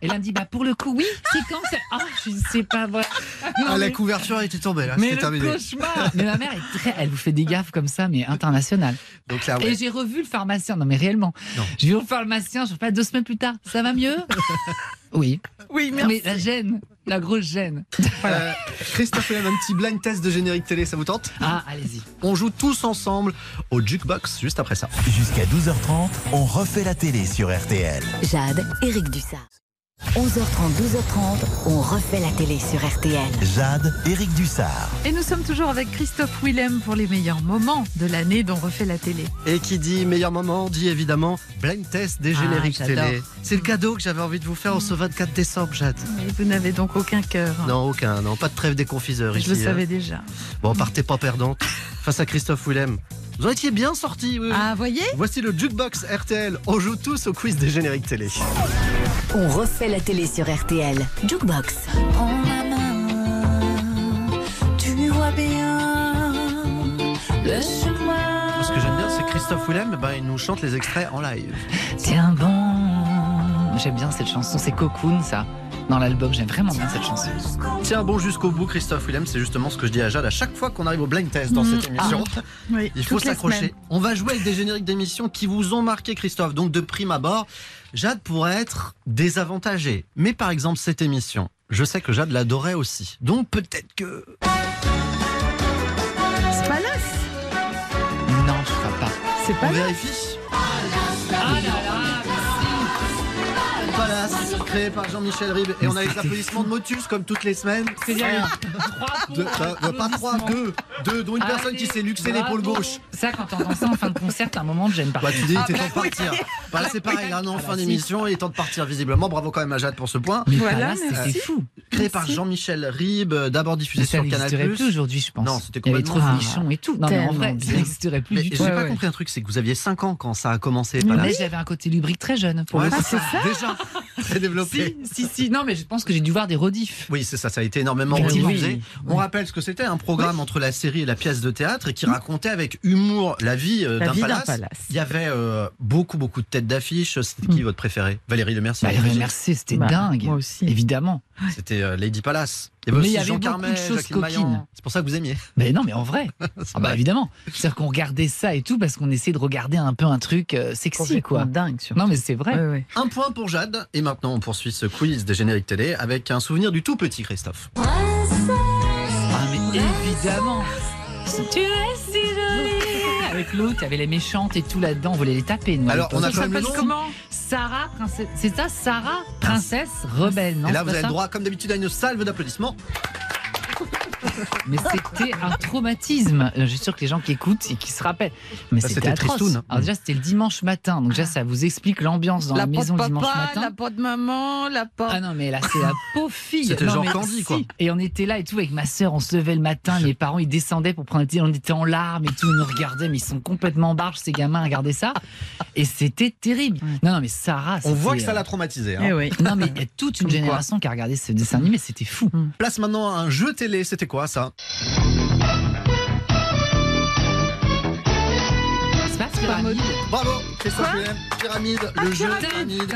[SPEAKER 21] Et là elle me dit bah pour le coup oui c'est quand c'est ah je ne sais pas voilà.
[SPEAKER 3] Ah,
[SPEAKER 21] Non,
[SPEAKER 3] la
[SPEAKER 21] mais-
[SPEAKER 3] couverture était tombée, là,
[SPEAKER 21] mais
[SPEAKER 3] c'était
[SPEAKER 21] le
[SPEAKER 3] terminé.
[SPEAKER 21] cauchemar Mais ma mère est très... Elle vous fait des gaffes comme ça, mais internationales.
[SPEAKER 3] Donc là, Ah ouais.
[SPEAKER 21] Et j'ai revu le pharmacien. Non, mais réellement. J'ai vu le pharmacien, je sais pas, deux semaines plus tard. Ça va mieux Oui.
[SPEAKER 4] Oui,
[SPEAKER 21] Mais la gêne, la grosse gêne.
[SPEAKER 3] Euh, Christophe Willem, un petit blind test de générique télé, ça vous tente
[SPEAKER 21] Ah, allez-y.
[SPEAKER 3] On joue tous ensemble au jukebox juste après ça.
[SPEAKER 1] Jusqu'à 12h30, on refait la télé sur RTL.
[SPEAKER 2] Jade, Eric Dussard. 11h30, 12h30, on refait la télé sur RTL.
[SPEAKER 1] Jade, Éric Dussard.
[SPEAKER 9] Et nous sommes toujours avec Christophe Willem pour les meilleurs moments de l'année dont refait la télé.
[SPEAKER 3] Et qui dit meilleur moment dit évidemment blind test des
[SPEAKER 9] Ah,
[SPEAKER 3] génériques
[SPEAKER 9] j'adore.
[SPEAKER 3] télé. C'est le cadeau que j'avais envie de vous faire en ce 24 décembre, Jade.
[SPEAKER 9] Mais vous n'avez donc aucun cœur. hein.
[SPEAKER 3] Non, aucun, non, pas de trêve des confiseurs
[SPEAKER 9] Je
[SPEAKER 3] ici.
[SPEAKER 9] le
[SPEAKER 3] hein.
[SPEAKER 9] savais déjà.
[SPEAKER 3] Bon, partez pas perdante face à Christophe Willem. Vous en étiez bien sorti.
[SPEAKER 9] Ah, voyez
[SPEAKER 3] Voici le jukebox RTL. On joue tous au quiz des génériques télé.
[SPEAKER 2] On refait la télé sur RTL. Jukebox.
[SPEAKER 22] Prends ma main, tu vois bien le chemin.
[SPEAKER 3] Ce que j'aime bien, c'est Christophe Willem, ben, il nous chante les extraits en live.
[SPEAKER 21] Tiens bon. J'aime bien cette chanson, c'est Cocoon ça. Dans l'album, j'aime vraiment bien cette chanson.
[SPEAKER 3] Tiens bon jusqu'au bout, Christophe Willem, c'est justement ce que je dis à Jade à chaque fois qu'on arrive au blind test dans
[SPEAKER 9] Mm.
[SPEAKER 12] Mmh.
[SPEAKER 3] cette émission.
[SPEAKER 12] Ah.
[SPEAKER 9] Oui,
[SPEAKER 3] Il faut
[SPEAKER 12] toutes les
[SPEAKER 3] s'accrocher.
[SPEAKER 12] semaines.
[SPEAKER 3] On va jouer avec des génériques d'émissions qui vous ont marqué, Christophe. Donc de prime abord, Jade pourrait être désavantagée. Mais par exemple, cette émission, je sais que Jade l'adorait aussi. Donc peut-être que.
[SPEAKER 9] Palace
[SPEAKER 21] Non, je crois pas.
[SPEAKER 9] C'est
[SPEAKER 3] pas On vérifie
[SPEAKER 21] Ah là là,
[SPEAKER 3] Palace, créé par Jean-Michel Ribes. Et on a les applaudissements de Motus comme toutes les semaines.
[SPEAKER 21] C'est bien.
[SPEAKER 3] Deux, euh, euh, pas trois, deux. Deux, dont une
[SPEAKER 21] Ah, Allez,
[SPEAKER 3] personne qui s'est luxé
[SPEAKER 21] bravo. Ah,
[SPEAKER 3] l'épaule gauche.
[SPEAKER 21] Ça, quand on entend ça en fin de concert, t'as un moment de gêne. Par
[SPEAKER 3] Bah, tu dis, il était temps de
[SPEAKER 21] contre.
[SPEAKER 3] partir. Bah, c'est pareil, un an,
[SPEAKER 21] Alors,
[SPEAKER 3] fin
[SPEAKER 21] si.
[SPEAKER 3] d'émission, il est temps de partir, visiblement. Bravo quand même à Jade pour ce point.
[SPEAKER 21] Mais Voilà, Palace, c'était merci. fou.
[SPEAKER 3] Créé par Jean-Michel Ribes, euh, d'abord diffusé
[SPEAKER 21] Mais ça
[SPEAKER 3] sur Canal+.
[SPEAKER 21] n'existerait plus aujourd'hui, je pense.
[SPEAKER 3] Non, c'était
[SPEAKER 21] Il y avait
[SPEAKER 3] complètement...
[SPEAKER 21] trop de nichons et tout. Non, mais en vrai,
[SPEAKER 3] Tellement
[SPEAKER 21] ça
[SPEAKER 3] bien.
[SPEAKER 21] n'existerait plus
[SPEAKER 3] Mais
[SPEAKER 21] du tout.
[SPEAKER 3] J'ai
[SPEAKER 21] Ouais,
[SPEAKER 3] pas
[SPEAKER 21] ouais.
[SPEAKER 3] compris un truc, c'est que vous aviez 5 ans quand ça a commencé,
[SPEAKER 21] Mais
[SPEAKER 3] Palace.
[SPEAKER 21] j'avais un côté lubrique très jeune pour
[SPEAKER 3] Ouais,
[SPEAKER 21] le coup.
[SPEAKER 3] c'est ça. Déjà, très développé.
[SPEAKER 21] Si, si, si. Non, mais je pense que j'ai dû voir des rediffs.
[SPEAKER 3] Oui, c'est ça, ça a été énormément
[SPEAKER 4] Ah
[SPEAKER 21] Oui,
[SPEAKER 3] rediffusé.
[SPEAKER 21] oui.
[SPEAKER 3] On rappelle ce que c'était, un programme entre la série et la pièce de théâtre et qui racontait avec humour la vie euh,
[SPEAKER 9] La
[SPEAKER 3] d'un
[SPEAKER 9] vie d'un
[SPEAKER 3] palace.
[SPEAKER 9] palace.
[SPEAKER 3] Il y avait euh, beaucoup, beaucoup de têtes d'affiche. C'était qui votre préféré Valérie Lemercier.
[SPEAKER 21] Mm. Valérie
[SPEAKER 3] j'imagine.
[SPEAKER 21] Mercier, c'était
[SPEAKER 3] Bah,
[SPEAKER 21] dingue.
[SPEAKER 3] moi
[SPEAKER 9] aussi.
[SPEAKER 21] Évidemment.
[SPEAKER 3] C'était euh, Lady Palace. Il y avait
[SPEAKER 21] Mais
[SPEAKER 3] aussi
[SPEAKER 21] il y avait
[SPEAKER 3] Jean
[SPEAKER 21] beaucoup de
[SPEAKER 3] Carmet,
[SPEAKER 21] choses
[SPEAKER 3] Jacqueline Maillan.
[SPEAKER 21] coquines.
[SPEAKER 3] C'est pour ça que vous aimiez.
[SPEAKER 21] Mais non, mais en vrai. Ah bah
[SPEAKER 3] vrai.
[SPEAKER 21] évidemment. C'est-à-dire qu'on regardait ça et tout parce qu'on essayait de regarder un peu un truc euh, sexy,
[SPEAKER 3] Complètement
[SPEAKER 21] quoi.
[SPEAKER 9] Dingue,
[SPEAKER 21] Non, mais c'est vrai.
[SPEAKER 3] Un point pour Jade. Et maintenant, on poursuit ce quiz des génériques télé avec un souvenir du tout petit, Christophe.
[SPEAKER 21] Ah, mais évidemment. Tu es si jolie. Avec l'autre, il y avait les méchantes et tout là-dedans. On voulait les taper. nous, à
[SPEAKER 3] Alors,
[SPEAKER 21] l'époque.
[SPEAKER 3] on a quand même le nom.
[SPEAKER 21] Sarah, princesse. C'est ça, Sarah, princesse rebelle. Non,
[SPEAKER 3] et là,
[SPEAKER 21] c'est
[SPEAKER 3] vous
[SPEAKER 21] pas
[SPEAKER 3] avez
[SPEAKER 21] ça
[SPEAKER 3] le droit, comme d'habitude, à une salve d'applaudissements.
[SPEAKER 21] Mais c'était un traumatisme. Euh, Je suis sûr que les gens qui écoutent et qui se rappellent. Mais
[SPEAKER 3] Bah,
[SPEAKER 21] c'était
[SPEAKER 3] c'était
[SPEAKER 21] atroce.
[SPEAKER 3] tristoun. Ah.
[SPEAKER 21] Alors déjà, c'était le dimanche matin. Donc déjà, ça vous explique l'ambiance dans la,
[SPEAKER 9] la peau
[SPEAKER 21] maison
[SPEAKER 9] de papa,
[SPEAKER 21] le dimanche matin.
[SPEAKER 9] la peau de maman, la peau.
[SPEAKER 21] Ah non, mais là, c'est la pauvre fille.
[SPEAKER 9] C'était
[SPEAKER 21] Non,
[SPEAKER 9] Jean
[SPEAKER 21] mais
[SPEAKER 9] Candy,
[SPEAKER 21] si.
[SPEAKER 9] quoi.
[SPEAKER 21] Et on était là et tout, avec ma sœur, on se levait le matin, mes parents, ils descendaient pour prendre un thé, on était en larmes et tout, ils nous regardaient, mais ils sont complètement barges, ces gamins, à regarder ça. Et c'était terrible. Non, non, mais Sarah,
[SPEAKER 3] On voit que
[SPEAKER 21] c'était,
[SPEAKER 3] ça l'a
[SPEAKER 21] euh,
[SPEAKER 3] traumatisé. hein.
[SPEAKER 21] eh oui. Non, mais il y a toute une génération qui a regardé ce dessin animé, c'était fou.
[SPEAKER 3] Place maintenant à un jeu télé, c'était quoi ça
[SPEAKER 21] C'est pas pyramide.
[SPEAKER 3] Bravo, Christophe Willem, Pyramide,
[SPEAKER 21] Ah,
[SPEAKER 3] le jeu Pyramide,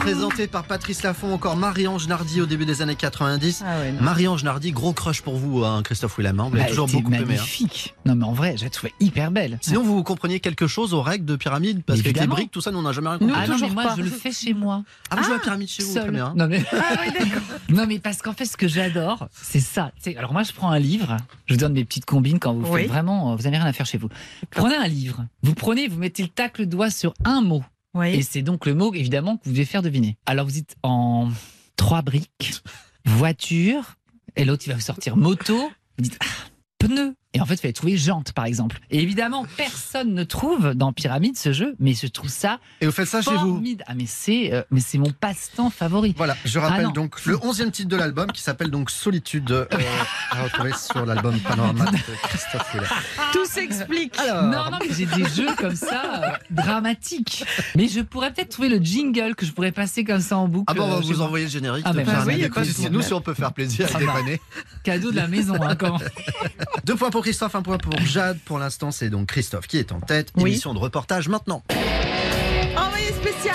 [SPEAKER 3] présenté par Patrice Laffont, encore Marie-Ange Nardi au début des années 90.
[SPEAKER 4] Ah
[SPEAKER 21] non.
[SPEAKER 3] Marie-Ange Nardi, gros crush pour vous, hein, Christophe Willem, hein, vous l'avez
[SPEAKER 21] Ah. Bah,
[SPEAKER 3] toujours
[SPEAKER 21] elle était
[SPEAKER 3] beaucoup aimé. hein.
[SPEAKER 21] magnifique. Non, mais en vrai, je la trouvais hyper belle. Ah
[SPEAKER 3] Sinon, vous compreniez quelque chose aux règles de pyramide Parce qu'avec les
[SPEAKER 21] Évidemment.
[SPEAKER 3] briques, tout ça, nous, on n'a jamais rien compris.
[SPEAKER 21] ah non, mais moi, je le fais chez moi.
[SPEAKER 3] Ah, vous jouez à la pyramide chez vous, hein. Ah
[SPEAKER 21] seule.
[SPEAKER 3] très bien.
[SPEAKER 21] Non, mais... non, mais parce qu'en fait, ce que j'adore, c'est ça. Tu sais, alors, moi, je prends un livre. Je vous donne mes petites combines quand vous
[SPEAKER 9] Oui.
[SPEAKER 21] faites vraiment, euh, vous n'avez rien à faire chez vous. Prenez un livre. Vous prenez, vous mettez le tac, le doigt sur un mot. Et c'est donc le mot, évidemment, que vous devez faire deviner. Alors, vous dites en trois briques, voiture, et l'autre, il va vous sortir moto. Vous dites ah, pneu. Et en fait, vous allez trouver jante, par exemple. Et évidemment, personne ne trouve dans Pyramide ce jeu, mais je trouve ça.
[SPEAKER 3] Et vous faites ça chez vous
[SPEAKER 21] Ah, mais c'est, euh, mais c'est mon passe-temps favori.
[SPEAKER 3] Voilà, je rappelle donc le 11e titre de l'album qui s'appelle donc Solitude, euh, à retrouver sur l'album Panorama de Christophe Willem.
[SPEAKER 9] Tout s'explique.
[SPEAKER 3] Ah.
[SPEAKER 21] Non, non, mais j'ai des jeux comme ça, euh, dramatiques. Mais je pourrais peut-être trouver le jingle que je pourrais passer comme ça en boucle.
[SPEAKER 3] Ah bon, on va
[SPEAKER 21] euh, chez
[SPEAKER 3] vous
[SPEAKER 21] moi.
[SPEAKER 3] envoyer le générique
[SPEAKER 21] Ah,
[SPEAKER 3] de
[SPEAKER 21] mais
[SPEAKER 3] Pyramide.
[SPEAKER 21] oui,
[SPEAKER 3] Écoutez,
[SPEAKER 21] pas de
[SPEAKER 3] si nous,
[SPEAKER 21] problème.
[SPEAKER 3] si on peut faire plaisir et
[SPEAKER 21] Ah bah.
[SPEAKER 3] dépanner.
[SPEAKER 21] Cadeau de la maison, hein, quand
[SPEAKER 3] Deux points pour Christophe, un point pour Jade. Pour l'instant, c'est donc Christophe qui est en tête.
[SPEAKER 9] Oui.
[SPEAKER 3] Émission de reportage maintenant.
[SPEAKER 9] Envoyé spécial.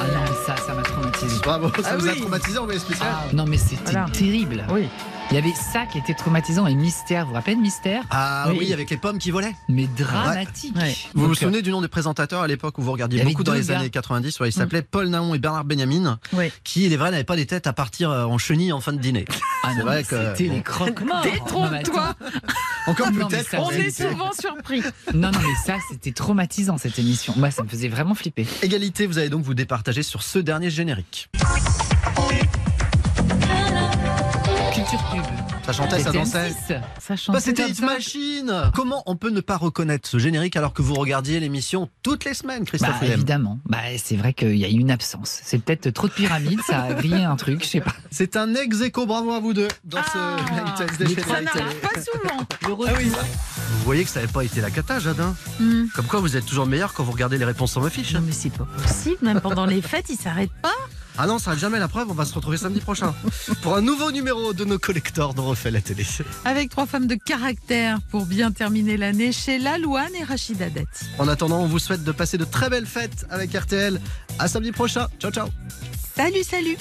[SPEAKER 21] Ah non, mais ça, ça m'a traumatisé.
[SPEAKER 3] Bravo, ça
[SPEAKER 9] Ah
[SPEAKER 3] vous a
[SPEAKER 9] oui.
[SPEAKER 3] traumatisé, envoyé spécial.
[SPEAKER 21] Ah, non, mais c'était
[SPEAKER 9] Voilà.
[SPEAKER 21] terrible. Oui. Il y avait ça qui était traumatisant et mystère. Vous vous rappelez de mystère
[SPEAKER 3] Ah oui, avec les pommes qui volaient. euh,
[SPEAKER 21] Mais dramatique.
[SPEAKER 3] Vous vous
[SPEAKER 21] Donc,
[SPEAKER 3] souvenez du nom des présentateurs à l'époque où vous
[SPEAKER 21] Il y
[SPEAKER 3] regardiez
[SPEAKER 21] avait
[SPEAKER 3] beaucoup dans
[SPEAKER 21] deux
[SPEAKER 3] les
[SPEAKER 21] gars.
[SPEAKER 3] années 90 ouais, Ils s'appelaient Paul Naon et Bernard Benjamin,
[SPEAKER 9] Oui.
[SPEAKER 3] qui, il est vrai, n'avaient pas des têtes à partir euh, en chenille en fin de dîner.
[SPEAKER 21] Ah
[SPEAKER 3] C'est
[SPEAKER 21] non,
[SPEAKER 3] vrai
[SPEAKER 21] mais
[SPEAKER 3] que.
[SPEAKER 21] c'était les
[SPEAKER 3] bon.
[SPEAKER 21] croque-morts. Non, mais
[SPEAKER 9] Détrompe-toi.
[SPEAKER 3] Encore
[SPEAKER 21] Non, mais
[SPEAKER 3] peut-être.
[SPEAKER 21] ça,
[SPEAKER 9] On
[SPEAKER 21] c'est-
[SPEAKER 9] est souvent surpris.
[SPEAKER 21] Non, non, mais ça, c'était traumatisant cette émission. Moi, ça me faisait vraiment flipper.
[SPEAKER 3] Égalité, vous allez donc vous départager sur ce dernier générique.
[SPEAKER 21] Culture pub.
[SPEAKER 3] Ça chantait, ça
[SPEAKER 21] C'était
[SPEAKER 3] dansait.
[SPEAKER 21] M6. Ça chantait
[SPEAKER 3] Bah, C'était
[SPEAKER 21] comme
[SPEAKER 3] Hit
[SPEAKER 21] ça.
[SPEAKER 3] Machine Comment on peut ne pas reconnaître ce générique alors que vous regardiez l'émission toutes les semaines, Christophe
[SPEAKER 21] Bah,
[SPEAKER 3] Willem
[SPEAKER 21] évidemment. Bah, c'est vrai qu'il y a eu une absence. C'est peut-être trop de pyramides, ça a grillé un truc, je sais pas.
[SPEAKER 3] C'est un ex écho bravo à vous deux, dans ce blind test des
[SPEAKER 21] Ça
[SPEAKER 3] génériques télé. Ah
[SPEAKER 21] n'arrive pas souvent.
[SPEAKER 3] Vous voyez que ça n'avait pas été la cata, Jadin
[SPEAKER 4] Hmm.
[SPEAKER 3] Comme quoi, vous êtes toujours meilleur quand vous regardez les réponses en ma fiche.
[SPEAKER 21] mais c'est pas.
[SPEAKER 4] Si, même pendant les fêtes, il s'arrête pas.
[SPEAKER 3] Ah non, ça n'a jamais la preuve, on va se retrouver samedi prochain pour un nouveau numéro de nos collecteurs dont refait la télé.
[SPEAKER 9] Avec trois femmes de caractère pour bien terminer l'année, Sheila, Louane et Rachida Dati.
[SPEAKER 3] En attendant, on vous souhaite de passer de très belles fêtes avec RTL. À samedi prochain. Ciao, ciao.
[SPEAKER 9] Salut, salut